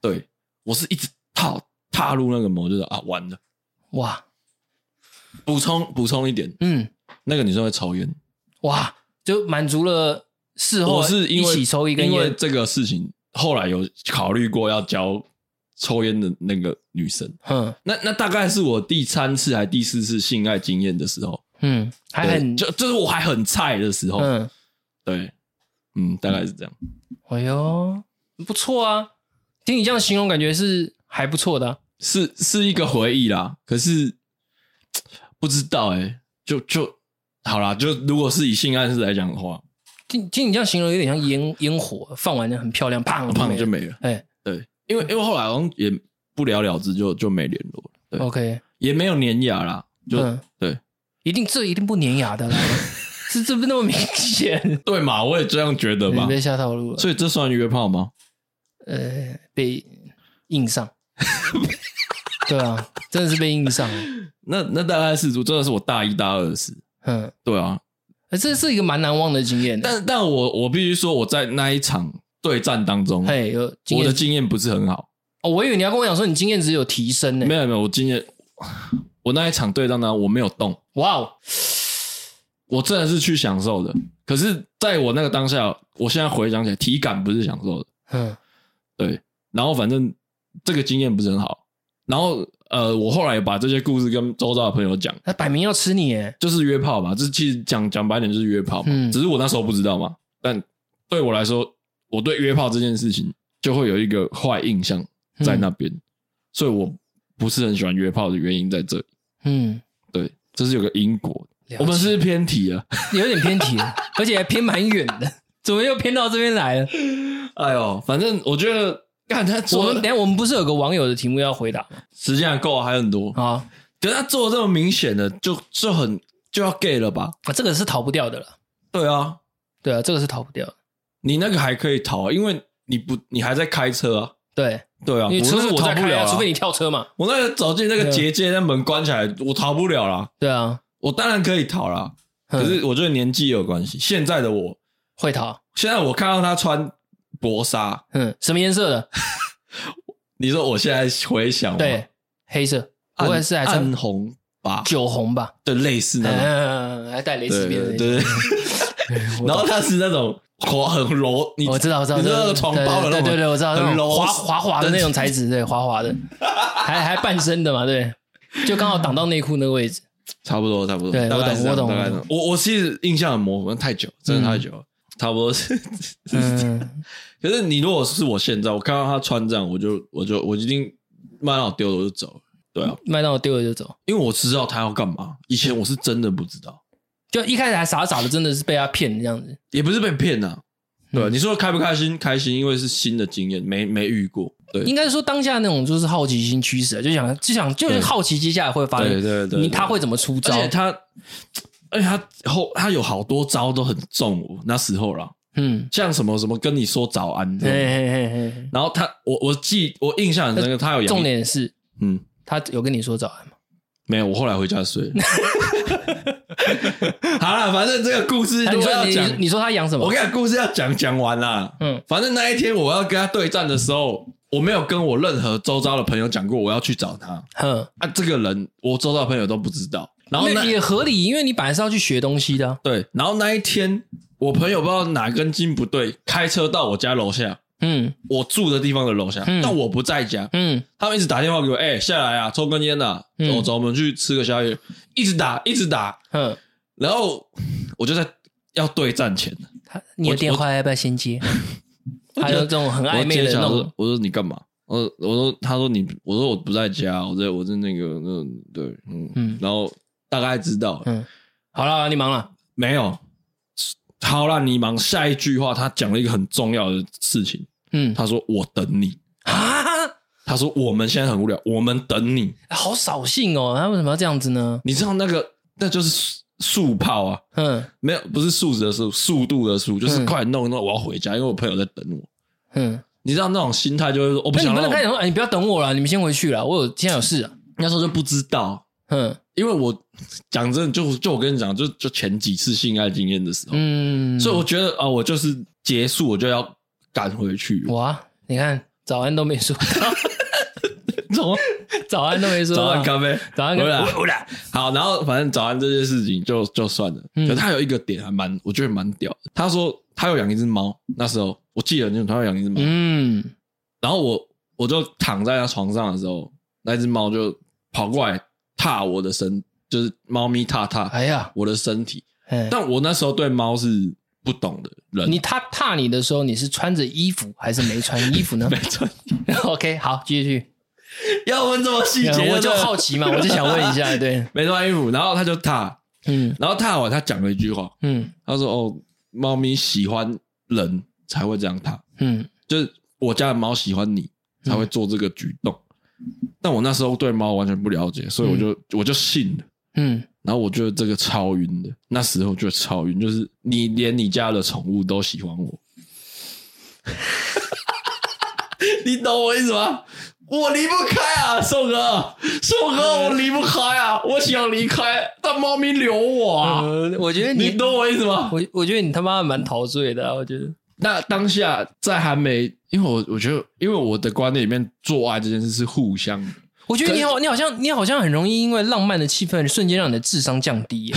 对，我是一直踏踏入那个门，我就是啊，完了。
哇，
补充补充一点，
嗯，
那个女生会抽烟，
哇，就满足了事后
我是因为
一起抽一根
因为
烟，
这个事情，后来有考虑过要教抽烟的那个女生。
嗯
那那大概是我第三次还第四次性爱经验的时候，
嗯，还
对
很
就就是我还很菜的时候，
嗯，
对，嗯，大概是这样。
哎呦，不错啊，听你这样形容，感觉是还不错的啊、
是是一个回忆啦，可是不知道哎、就就好啦，就如果是以性暗示来讲的话，
听听你这样形容，有点像烟烟火放完了很漂亮，砰
胖啊就
没了。
没了。
哎、
对，因为因为后来好像也不了了之就，就没联络了。对，
o k
也没有粘牙啦，就、
哦嗯
对
一定这一定不粘牙 的啦，这这不那么明显，
对嘛，我也这样觉得
你
嘛。
被下套路了，
所以这算约炮吗？
呃，被硬 上，对啊，真的是被硬上了，
那那大概是，真的是我大一大二的事。
嗯，
对啊，
呃这是一个蛮难忘的经验的，
但但我我必须说，我在那一场对战当中，
嘿，有
嗯
经
我的
验
经验不是很好。
哦，我以为你要跟我讲说你经验值有提升呢、
没有没有，我经验，我那一场对战呢，我没有动。
哇哦，
我真的是去享受的。可是，在我那个当下，我现在回想起来，体感不是享受的，
嗯
对。然后，反正这个经验不是很好。然后，呃，我后来也把这些故事跟周遭的朋友讲，
他摆明要吃你耶，
就是约炮嘛，这其实讲讲白点就是约炮嘛。
嗯
只是我那时候不知道嘛，但对我来说，我对约炮这件事情就会有一个坏印象
嗯
在那边，所以我不是很喜欢约炮的原因在这里。
嗯，
对，这是有个因果。
了解
我们 是不是偏题了。
有点偏题了，而且还偏蛮远的，怎么又偏到这边来了？
哎呦，反正我觉得，看他
我
做
们
的
等一下我们不是有个网友的题目要回答吗？
时间还够啊，还有很多。
啊，
可是他做的这么明显的，就就很就要 gay 了吧？
啊这个是逃不掉的了，
对啊，
对啊，这个是逃不掉的，
你那个还可以逃，啊因为你不你还在开车啊。
对，
对啊，
因为
我
车
那
是
是我
逃
在
不
开
了、
啊
除非你跳车嘛，
我那个走进那个结界，那门关起来，我逃不了啦。
对啊，
我当然可以逃啦，
嗯
可是我觉得年纪有关系。现在的我，
会逃，
现在我看到他穿薄纱，
嗯，什么颜色的？
你说我现在回想吗，
对，黑色，不
暗，
会是还穿
暗红吧？
酒红吧？
对，类似那种。
嗯， 还带蕾丝
对
边的
对
那种，
对。
我懂
然后它是那种滑很柔，你
我知道，我知道，
你知道那
对
个床包的那
对
种，
对对，我知道，那
很
种
柔
滑滑滑的那种材质，对，滑 滑的，还还半身的嘛，对，就刚好挡到内裤那个位置，
差不多差不多。
对
大概是这样
我懂嗯
大概
我
是这
懂
样我我其实印象很模糊，太久，真的太久了，差不多 是。
嗯，
可是你如果是我现在，我看到他穿这样，我就我就我一定麦当劳丢了我就走了。对啊，
麦当劳丢了就走，
因为我知道他要干嘛。以前我是真的不知道，
就一开始还傻傻的，真的是被他骗这样子，
也不是被骗呐、对啊、
嗯
你说开不开心？开心，因为是新的经验，没没遇过。对，
应该说当下那种就是好奇心驱使，就想就想就是
对
好奇接下来会发
对对对
生，
对
你他会怎么出
而
招？
且他，而且他后他有好多招都很中我那时候啦，
嗯，
像什么什么跟你说早安这
嘿
种，
嘿嘿嘿
然后他我我记我印象很深刻，他有
嘿，
养
重点是
嗯
他有跟你说早安吗？
没有，我后来回家睡 了。好了，反正这个故事
啊
如果
你说
要
你
讲
你，你说他养什
我
么？
跟你讲故事要讲讲完啦。
嗯
反正那一天我要跟他对战的时候，我没有跟我任何周遭的朋友讲过我要去找他
哼，
啊，这个人我周遭的朋友都不知道。然后那
那也合理，因为你本来是要去学东西的啊，
对，然后那一天，我朋友不知道哪根筋不对，开车到我家楼下，
嗯
我住的地方的楼下，
嗯
但我不在家，
嗯
他们一直打电话给我，哎、下来啊，抽根烟呐、啊，
嗯
走走，我们去吃个宵夜，一直打，一直打，
哼。
然后我就在要对战前，
他你的电话要不要先 接？还有这种很
我
暧昧
接
的
起来
那
我
种
说，我说你干嘛？我说我说他说你，我说我不在家，我在我在那个那对，嗯
嗯
然后大概知道了、
嗯，好了，你忙了，
没有。好啦，你忙。下一句话，他讲了一个很重要的事情。
嗯
他说：“我等你。”
啊，
他说：“我们现在很无聊，我们等你。
好扫兴哦，他为什么要这样子呢”？
你知道那个，那就是速速泡啊，
嗯
没有，不是素质的速，速度的速，就是
嗯
快弄一弄，我要回家，因为我朋友在等我。
嗯，
你知道那种心态就是说，我不
那你
想
不
让
能
我
开始说，哎，你不要等我了，你们先回去了，我有现在有事啊。
那时候就不知道，
嗯
因为我讲真的，就就我跟你讲，就就前几次性爱经验的时候，
嗯，
所以我觉得啊、我 就是结束，我就要赶回去。
哇，你看早安都没说，
怎么
早安都没说
早
啊，
安咖啡，
早安咖
回来
啡，
回来。好，然后反正早安这件事情就就算了。
嗯
可他有一个点还蛮，我觉得蛮屌的。他说他有养一只猫，那时候我记得很清楚，他有养一只猫。
嗯，
然后我我就躺在他床上的时候，那只猫就跑过来踏我的身，就是猫咪踏踏
哎呀，
我的身体。
哎，
但我那时候对猫是不懂的人，
你他踏你的时候，你是穿着衣服还是没穿衣服 呢
没错，
？OK，好，继续。
要问这么细节，
啊我就好
奇。
奇嘛，我就想问一下，对，
没穿衣服，然后他就踏，
嗯
然后踏完他讲了一句话，
嗯
他说：“哦，猫咪喜欢人才会这样踏，
嗯
就是我家的猫喜欢你才会做这个举动。但我那时候对猫完全不了解，所以我就、我就信了。
嗯，
然后我觉得这个超晕的，那时候就超晕，就是你连你家的宠物都喜欢我， 你懂我意思吗？我离不开啊，宋哥，宋哥，我离不开啊，我想离开，但猫咪留我啊，
呃我觉得
你
你，
懂我意思吗？
我我觉得你他妈蛮陶醉的啊，我觉得，
那当下在还没，因为我我觉得，因为我的观念里面，做爱这件事是互相的。
我觉得你好，你好像你好像很容易因为浪漫的气氛瞬间让你的智商降低耶，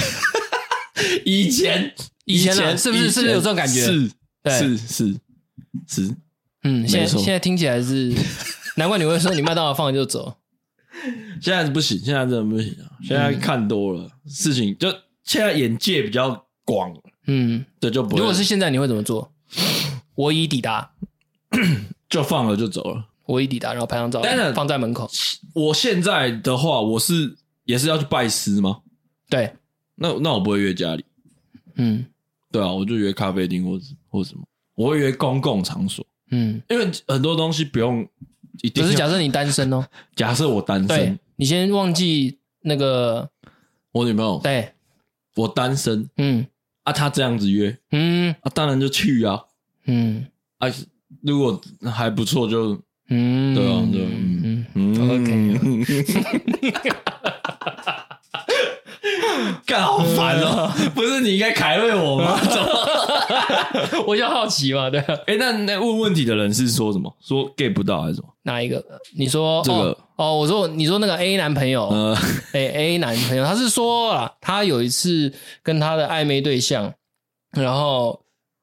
以前，
以前啊是不
以
是
前
是不是有这种感觉
是，
对
是，是，是。
嗯，现
没
在
错
现在听起来是，难怪你会说你麦当劳放了就走，
现在不行，现在真的不行啊！
嗯
现在看多了、事情，就现在眼界比较广，
嗯，
对，就不会
如果是现在你会怎么做？我已抵达，
就放了就走了。
我已抵达，然后拍张照
当然，
放在门口，
我现在的话，我是也是要去拜师吗？
对，
那那我不会约家里，
嗯
对啊，我就约咖啡厅或者或什么，我会约公共场所，
嗯，
因为很多东西不用一定要。
可是假设你单身哦，
假设我单
对
身，
你先忘记那个，
我女朋友，
对，
我单身
嗯
啊，她这样子约
嗯
啊，当然就去啊
嗯
啊，如果还不错就
嗯，
对啊对啊
嗯
嗯
OK
干好烦 哦！不是你应该凯慰我吗？怎么？
嗯， 我就好奇嘛，对啊，
哎，那那问问题的人是说什么？说 get 不到还是什么？
哪一个？你说
这个
哦哦，我说你说那个 A 男朋友，
呃，
哎、a 男朋友，他是说啊，他有一次跟他的暧昧对象，然后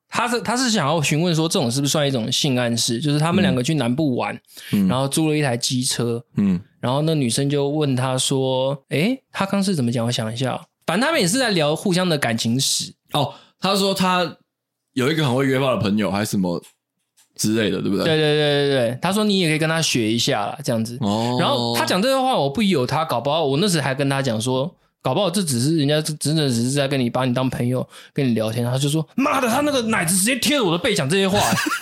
他是他是想要询问说，这种是不是算一种性暗示？就是他们两个去南部玩，
嗯
然后租了一台机车，
嗯
然后那女生就问他说：“哎，他刚是怎么讲？我想一下哦，反正他们也是在聊互相的感情史。
哦，他说他有一个很会约炮的朋友，还是什么之类的，对不对？
对对对对对，他说你也可以跟他学一下啦，这样子。
哦，
然后他讲这个话，我不由他，搞不好我那时还跟他讲说，搞不好这只是人家真的只是在跟你把你当朋友跟你聊天，他就说妈的，他那个奶子直接贴着我的背讲这些话，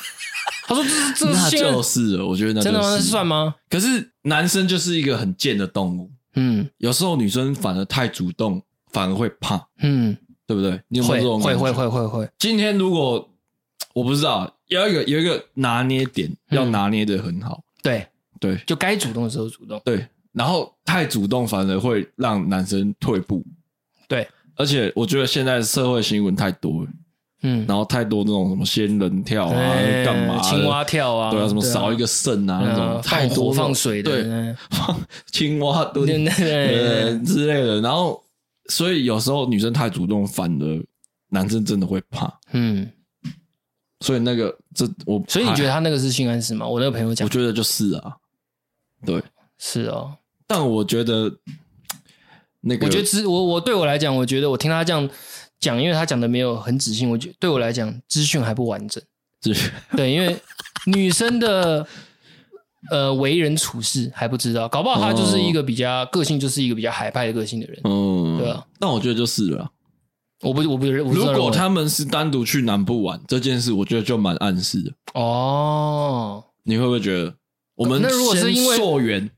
他说这是这
那
是性暗
就是了，我觉得那
真的吗？那
就是是
算吗？
可是男生就是一个很贱的动物，
嗯
有时候女生反而太主动，反而会怕，
嗯，
对不对？你有没有
会
这种
会
感觉
会会会会，
今天如果我不知道，有一个有一个拿捏点，
嗯
要拿捏的很好，
对，
对
就该主动的时候主动，
对。然后太主动反而会让男生退步，
对，
而且我觉得现在社会新闻太多了，
嗯，
然后太多那种什么仙人跳啊，
哎
干嘛的
青蛙跳啊，
对啊，什么少一
个。
个肾啊，那
嗯，
种
太
太多
火
那种
放水的，嗯
对，放 青蛙蹲
对对
呃
对，
之类的。然后，所以有时候女生太主动，反而男生真的会怕。
嗯，
所以那个这我，
所以你觉得他那个是性暗示吗？我那个朋友
哎我
讲
觉得就是啊，对。
是哦，
但我觉得那个，
我觉得资我我对我来讲，我觉得我听他这样讲，因为他讲的没有很仔细，我觉对我来讲资讯还不完整。
就是。
对，因为女生的呃为人处事还不知道，搞不好她就是一个比较个性，就是一个比较海派的个性的人
嗯，
对啊。
但我觉得就是了啊。
我不我不我不
如
知道
果
认为
他们是单独去南部玩这件事，我觉得就蛮暗示的。
哦，
你会不会觉得我们
那如果是
先
因为
溯源？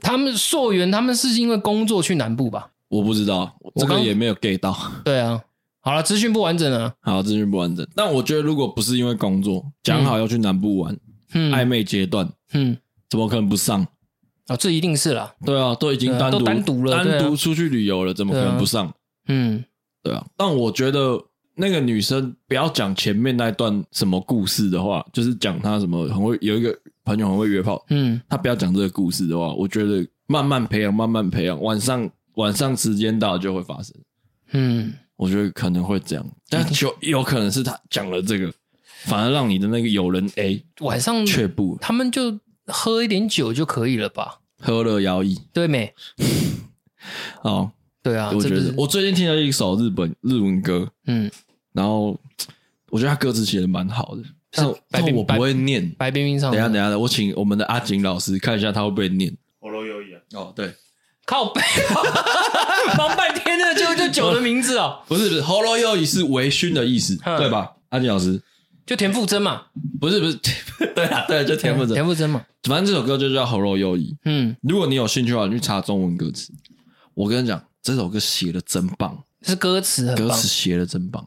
他们溯源，他们是因为工作去南部吧？
我不知道，这个
刚
也没有 get 到。
对啊，好了，资讯不完整啊，
好，资讯不完整。但我觉得，如果不是因为工作，讲好要去南部玩，暧
嗯
昧阶段，
嗯，
怎么可能不上？
哦，这一定是啦，
对啊，都已经
对啊
单独、
都单独了对啊
单独出去旅游了，怎么可能不上？
嗯
对啊，但我觉得那个女生不要讲前面那段什么故事的话，就是讲她什么很会有一个朋友很会约炮，
嗯
他不要讲这个故事的话，我觉得慢慢培养，慢慢培养，晚上晚上时间到了就会发生。
嗯，
我觉得可能会这样，但就有可能是他讲了这个，反而让你的那个友人 A
晚上
却步，
他们就喝一点酒就可以了吧？
喝了摇椅。
对没？
哦，
对啊，
我
这
觉
不
得
是
我最近听了一首日本日文歌，
嗯，
然后我觉得他歌词写的蛮好的，但
白
但
冰
我不会念。
白冰冰上
等一下等一
下，
下，我请我们的阿景老师看一下他会不会念。
我都有一啊，
哦，对，
靠背，啊 忙半天的就就酒的名字哦，
不是喉咙又一是微醺的意思，
嗯
对吧？阿景老师，
就田馥甄嘛，
不是不是， 对啊，对，就田馥甄
田。馥甄嘛，
反正这首歌就叫《喉咙又一》。
嗯，
如果你有兴趣的话，你去查中文歌词。我跟你讲，这首歌写的真棒，
是歌词很
歌
棒
词写的真棒，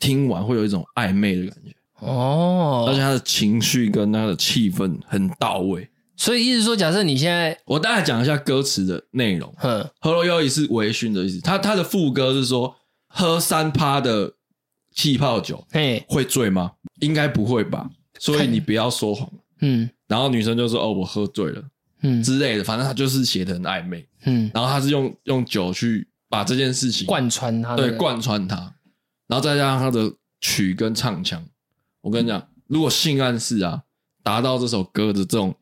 听完会有一种暧昧的感觉，而且
哦，
他的情绪跟他的气氛很到位。
所以意思说，假设你现在，
我大概讲一下歌词的内容，《
哼，
喉咙又一》是微醺的意思，他他的副歌是说喝三趴的气泡酒
嘿，
会醉吗？应该不会吧，所以你不要说谎。
嗯
然后女生就说：“哦，我喝醉了
嗯
之类的。”反正他就是写的很暧昧。
嗯，
然后他是用用酒去把这件事情
贯穿他的
对贯穿它，然后再加上他的曲跟唱腔。我跟你讲，如果性暗示啊达到这首歌的这种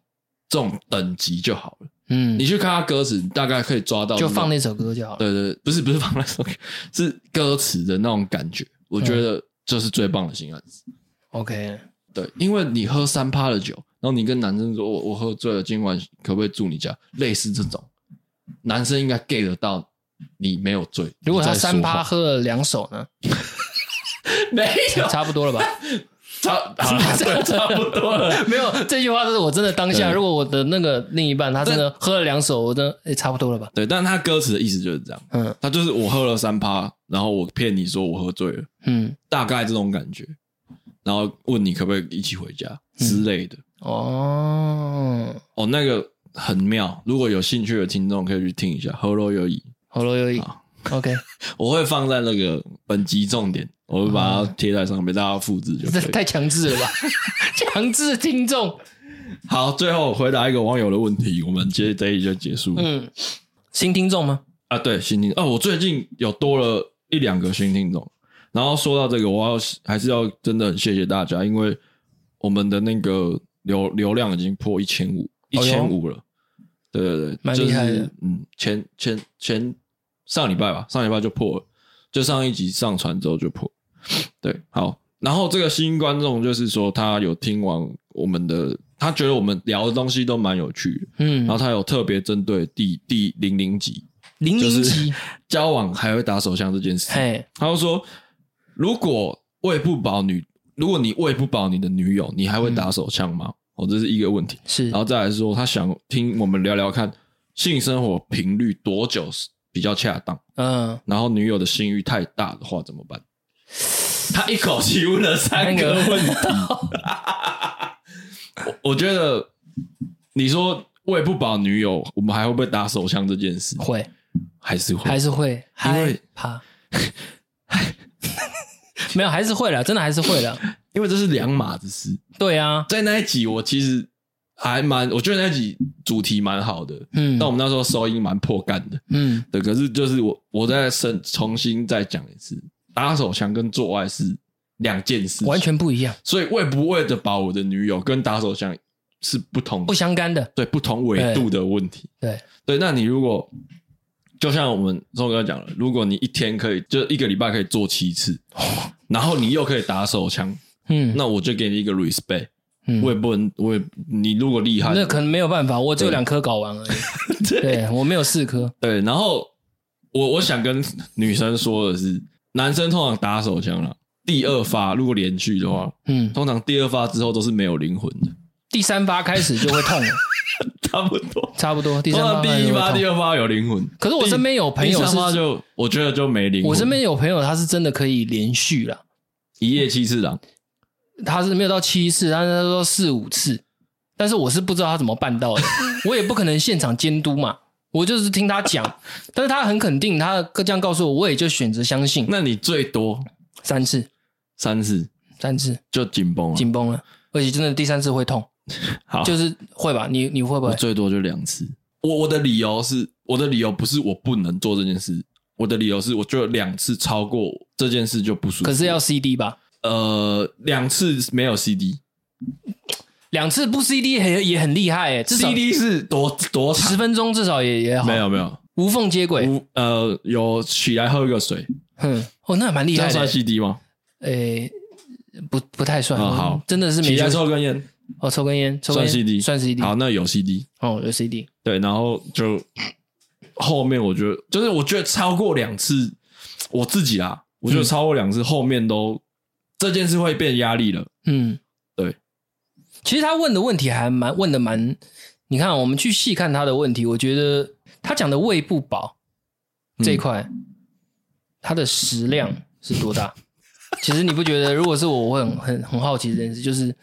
这种等级就好了。
嗯
你，去看他歌词，你大概可以抓到
就
种
放那首歌就好了。
对对，对不是不是放那首歌，是歌词的那种感觉。我觉得这是最棒的性暗示。
OK，
对，因为你喝三趴的酒，然后你跟男生说我我喝醉了，今晚可不可以住你家？类似这种，男生应该 get 得到你没有醉。
如果他
你在
三
说
趴
话
喝了两手呢，
没有，
差不多了吧？
差好了，对，差不多了。
没有这句话，是我真的当下，
对
如果我的那个另一半他真的喝了两手，我真的哎差不多了吧？
对，但他歌词的意思就是这样，
嗯
他就是我喝了三趴，然后我骗你说我喝醉了，
嗯，
大概这种感觉，然后问你可不可以一起回家之
嗯
类的。
哦，
哦，那个很妙，如果有兴趣的听众可以去听一下《Hello 有意
喉咙有一
好
OK，》，
我会放在那个本集重点，我会把它贴在上面，大家复制就
这
可以。
太强制 了吧？强制听众，
好，最后回答一个网友的问题，我们接这一集就结束。
嗯，新听众吗？
啊，对，新听哦，我最近有多了一两个新听众。然后说到这个，我要还是要真的很谢谢大家，因为我们的那个流流量已经破一千五，一千五了。对对对，
哦蛮厉害的
就是嗯，前前前上礼拜吧，上礼拜就破了，就上一集上传之后就破。对，好。然后这个新观众就是说，他有听完我们的，他觉得我们聊的东西都蛮有趣的，
嗯
然后，他有特别针对第第零零集，
零
就是
零级，
交往还会打手枪这件事，
嘿，
他就说，如果喂不饱女，如果你喂不饱你的女友，你还会打手枪
嗯
吗？哦，这是一个问题。
是
然后再来是说，他想听我们聊聊看性生活频率多久是比较恰当，
嗯，
然后女友的性欲太大的话怎么办？他一口气问了三个
三个
问题， 我我觉得你说喂不饱女友，我们还会不会打手枪这件事，
会
还是会
还是会，
因为
害怕， 没有，还是会了，真的还是会了。
因为这是两码子事。
对啊，
在那一集，我其实还蛮，我觉得那一集主题蛮好的。
嗯
但我们那时候收音蛮破干的，
嗯，
对。可是就是我，我再重重新再讲一次，打手枪跟做爱是两件事情，
完。全不一样，
所以喂不喂得饱我的女友，跟打手枪是不同
不相干的。
对不同维度的问题。
对，
对，那你如果就像我们宋哥讲了，如果你一天可以，就一个礼拜可以做七 次，然后你又可以打手枪，
嗯，
那我就给你一个 respect。
嗯
我也不能，我也你如果厉害，
那可能没有办法，我只有两颗睾丸而已。 对我没有四颗，
对。然后我我想跟女生说的是，男生通常打手枪了，第二发如果连续的话，
嗯，
通常第二发之后都是没有灵魂的，
第三发开始就会痛了，
差不多。
差不多。第
通
三
常
发 开
第
始
一
就
发、
会
第
痛。
二发有灵魂，
可是我身边有朋
第
友
三
是，
发就我觉得就没灵魂。
我身边有朋友他是真的可以连续了，
一夜七次郎，
他是没有到七次，但是他说四五次，但是我是不知道他怎么 办到的，我也不可能现场监督嘛，我就是听他讲，但是他很肯定，他这样告诉我，我也就选择相信
那你最多
三次，
三次
三次
就紧绷了。
紧绷了，而且真的第三次会痛，
好，
就是会吧？你你会不
啊我
会？
最多就两次。我我的理由是，我的理由不是我不能做这件事，我的理由是我就有两次超过这件事就不舒服。
可是要 CD 吧？
呃两次没有 CD，CD
两次不 CD 很也很厉害诶、至少
是多多
十
长？
分钟至少也也好，
没有没有，
无缝接轨。
我呃有起来喝个水，
哼，哦，那还蛮厉
这
害
样
的、
算 CD 吗？
诶、呃不不太算、
哦好
真的是没
起来
修
抽根烟
哦，抽根烟，抽根
算
烟
CD，
算 CD，
好，那有 CD
哦，有 CD，
对，然后就后面我觉得就是我觉得超过两次，我自己啊，我觉得
嗯
超过两次后面都这件事会变压力了。
嗯，
对。
其实他问的问题还蛮问的蛮，你看我们去细看他的问题，我觉得他讲的胃不饱
嗯
这一块，它的食量是多大？其实你不觉得？如果是我，我会很很很好奇这件事，就是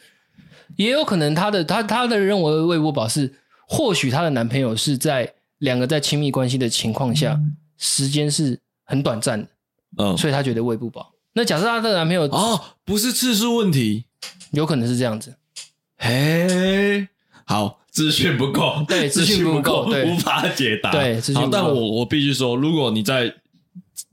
也有可能他的他他的认为胃不饱是，或许她的男朋友是在两个在亲密关系的情况下，时间是很短暂的，
嗯，
所以她觉得胃不饱。那假设她的男朋友
哦，不是次数问题，
有可能是这样子，
嘿，好，资讯不够，
对
资
资讯不
不
够对
无法解答，
对资讯
好
不够
但我我必须说，如果你在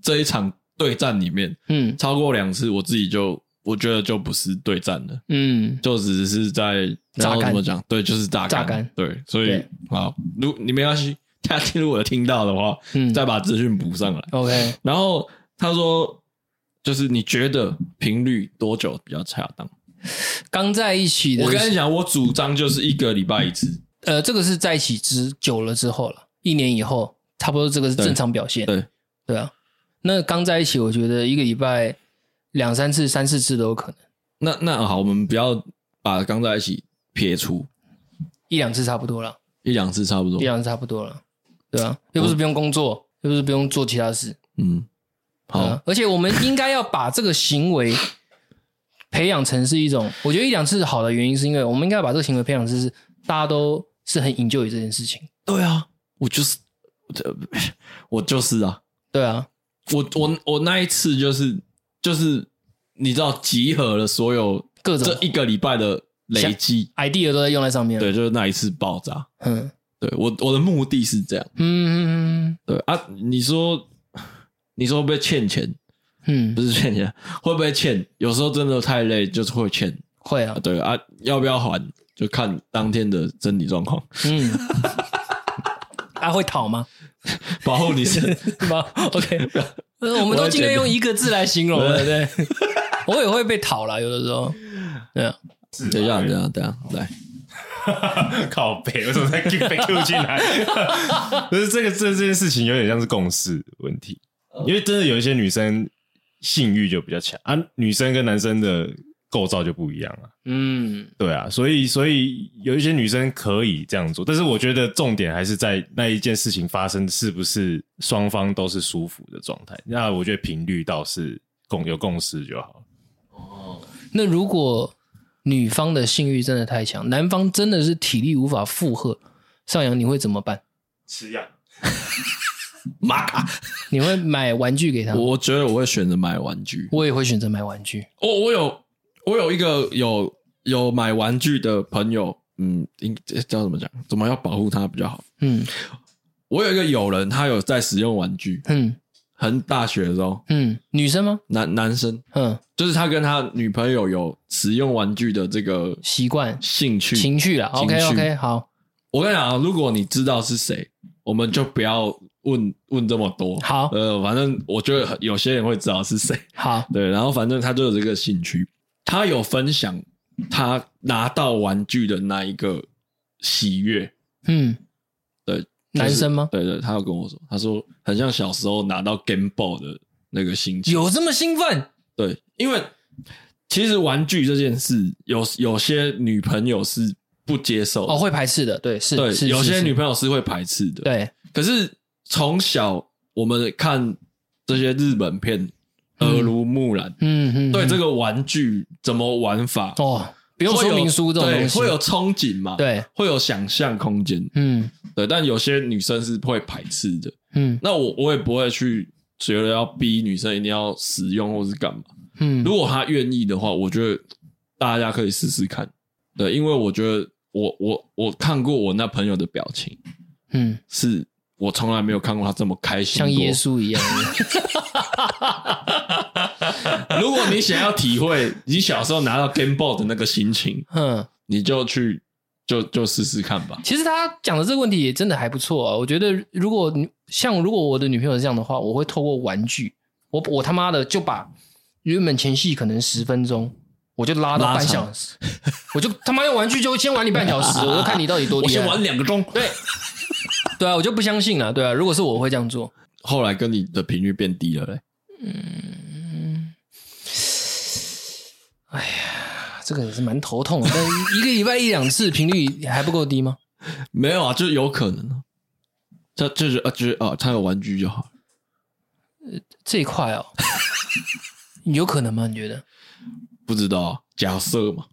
这一场对战里面
嗯
超过两次，我自己就我觉得就不是对战了。
嗯，
就只是在
榨干
然后怎么讲？对，就是榨干。
榨干
对，所以
对
好，如你没关系，他听如果有听到的话，
嗯
再把资讯补上来。
OK，
然后他说，就是你觉得频率多久比较恰当？
刚在一起的，
我跟你讲，我主张就是一个礼拜一次。
呃，这个是在一起之久了之后了，一年以后，差不多这个是正常表现。
对
对啊，那刚在一起，我觉得一个礼拜两三次、三四次都有可能，
那那好，我们不要把刚在一起撇除
一两次差不多了，
一两次差不多
一。两次差不多了，对啊，
哦
又不是不用工作，又不是不用做其他事，
嗯，
对
好
啊，而且我们应该要把这个行为培养成是一种，我觉得一两次好的原因是因为我们应该把这个行为培养成是大家都是很 enjoy 这件事情，
对啊，我就是，我就是啊。
对啊，
我我我那一次就是就是你知道集合了所有
各种
这一个礼拜的累积，
idea 都在用在上面。
对，就是那一次爆炸。
嗯，
对我我的目的是这样，
嗯嗯
对啊，你说你说会不会欠钱？
嗯
不
嗯，
是欠钱，会不会欠？有时候真的太累，就是会欠。
会啊
啊，对啊，要不要还就看当天的身体状况，
嗯，啊会讨吗？
保护你身。
是吗？OK，呃我们都尽量用一个字来形容了，对。我也会被讨啦，有的时候，对啊，
是
等一下，等一下，等一下，来，
靠背，为什么在 Q 被 Q 进来？ 可是这个这这件事情有点像是共识问题，因为真的有一些女生性欲就比较强啊，女生跟男生的构造就不一样啊。
嗯
对啊，所以所以有一些女生可以这样做，但是我觉得重点还是在那一件事情发生是不是双方都是舒服的状态。那我觉得频率倒是共有共识就好。
那如果女方的性欲真的太强，男方真的是体力无法负荷，上扬你会怎么办？
吃药，
玛卡，
你会买玩具给他？
我觉得我会选择买玩具。
我也会选择买玩具。
我我有我有一个有有买玩具的朋友，嗯，应这叫怎么讲？怎么要保护他比较好？
嗯
我有一个友人，他有在使用玩具，
嗯
很大学的时候，
嗯，女生吗？
男男生
嗯，
就是他跟他女朋友有使用玩具的这个
习惯
兴趣
情趣啦。
情趣
OK OK，好，
我跟你讲啊，如果你知道是谁，我们就不要问问这么多。
好
呃，反正我觉得有些人会知道是谁。
好，
对，然后反正他就有这个兴趣，他有分享他拿到玩具的那一个喜悦，
嗯，
对，
男生吗
对对，他有跟我说，他说很像小时候拿到 Game Boy 的那个心情，
有这么兴奋？
对，因为其实玩具这件事，有有些女朋友是不接受的
哦，会排斥的，对，是，
对，
是
有些女
朋
朋友是会排斥的，。
对，
可是从小我们看这些日本片，耳濡目染，
嗯嗯，
对
嗯
这个玩具怎么玩法，
哦，不用说明书这种
会有对
东西，
会有憧憬嘛？，
对，
会有想象空间。
嗯
对，但有些女生是会排斥的。
嗯
那我我也不会去觉得要逼女生一定要使用或是干嘛。
嗯，
如果她愿意的话，我觉得大家可以试试看。对，因为我觉得我我我看过我那朋友的表情，
嗯，
是我从来没有看过他这么开心过。
像耶稣 一样，
如果你想要体会你小时候拿到 Game Boy 的那个心情，
嗯。
你就去就就试试看吧。
其实他讲的这个问题也真的还不错啊。我觉得如果你像如果我的女朋友是这样的话，我会透过玩具，我我他妈的就把原本前戏可能十分钟，我就拉到
拉
半
长
小时，我就他妈用玩具就先玩你半小 时，我就看你到底多
我
厉
先
害
玩。两个钟，
对，对啊，我就不相信了。对啊，如果是我我会这样做，
后来跟你的频率变低了嘞。
这个也是蛮头痛的。但一个礼拜一两次频率还不够低 吗？
没有啊，就是有可能啊。他就是啊，就是啊，他有玩具就好。
这一块哦，有可能吗？你觉得？
不知道、啊、假设嘛，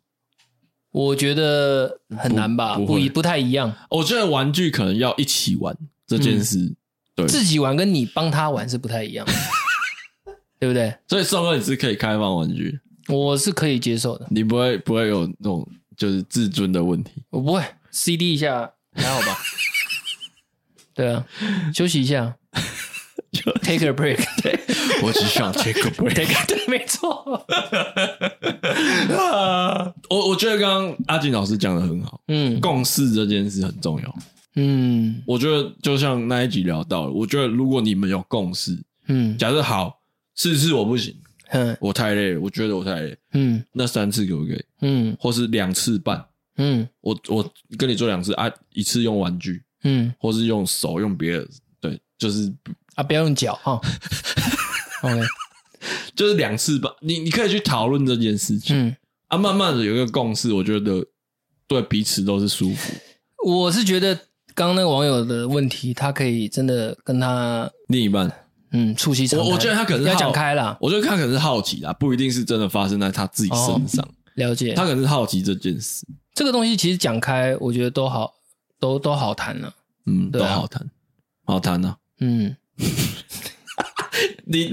我觉得很难吧，
不不
不
会
一不太一样。
我觉得玩具可能要一起玩这件事。对，
自己玩跟你帮他玩是不太一 样的，对不对？
所以宋哥你是可以开放玩具，
我是可以接受的，
你不会不会有那种就是自尊的问题。
我不会 CD 一下还好 吧？对啊，休息一 下，take a break，对
我只 想 take a break。
，take a- 对，没错，
我我觉得刚刚阿锦老师讲的很好，
嗯
共识这件事很重要。
嗯
我觉得就像那一集聊到了，我觉得如果你们有共识，
嗯
假设好四次我不行，
嗯
我太累了，我觉得我太累，
嗯
那三次可不可以？
嗯
或是两次半，
嗯
我我跟你做两次啊，一次用玩具，
嗯
或是用手用别的，对，就是
啊，不要用脚哈，OK，
就是两次半，你你可以去讨论这件事情、
嗯。
啊，慢慢的有一个共识，我觉得对彼此都是舒服。
我是觉得刚刚那个网友的问题，他可以真的跟他
另一半，
嗯促膝长
我
谈。
我觉得他可能是
要
好
讲开了，
我觉得他可能是好奇啦，不一定是真的发生在他自己身上，
了解
他可能是好奇这件事，
这个东西其实讲开，我觉得都好，都都好谈了。
嗯，
对
都
啊
好谈，好谈啊。
嗯，
你，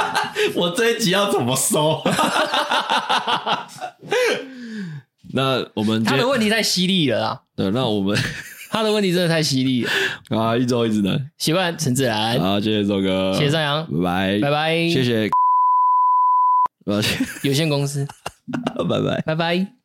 我这一集要怎么收？ 那我们今
他
天
的问题太犀利了啦，
对，那我们
他的问题真的太犀利了。
啊，一周一直能
喜欢陈自然，
啊，谢谢周哥，
哎谢谢张扬，
拜
拜
拜，
拜，
谢谢，啊谢谢
有限公司，
拜拜。
拜拜。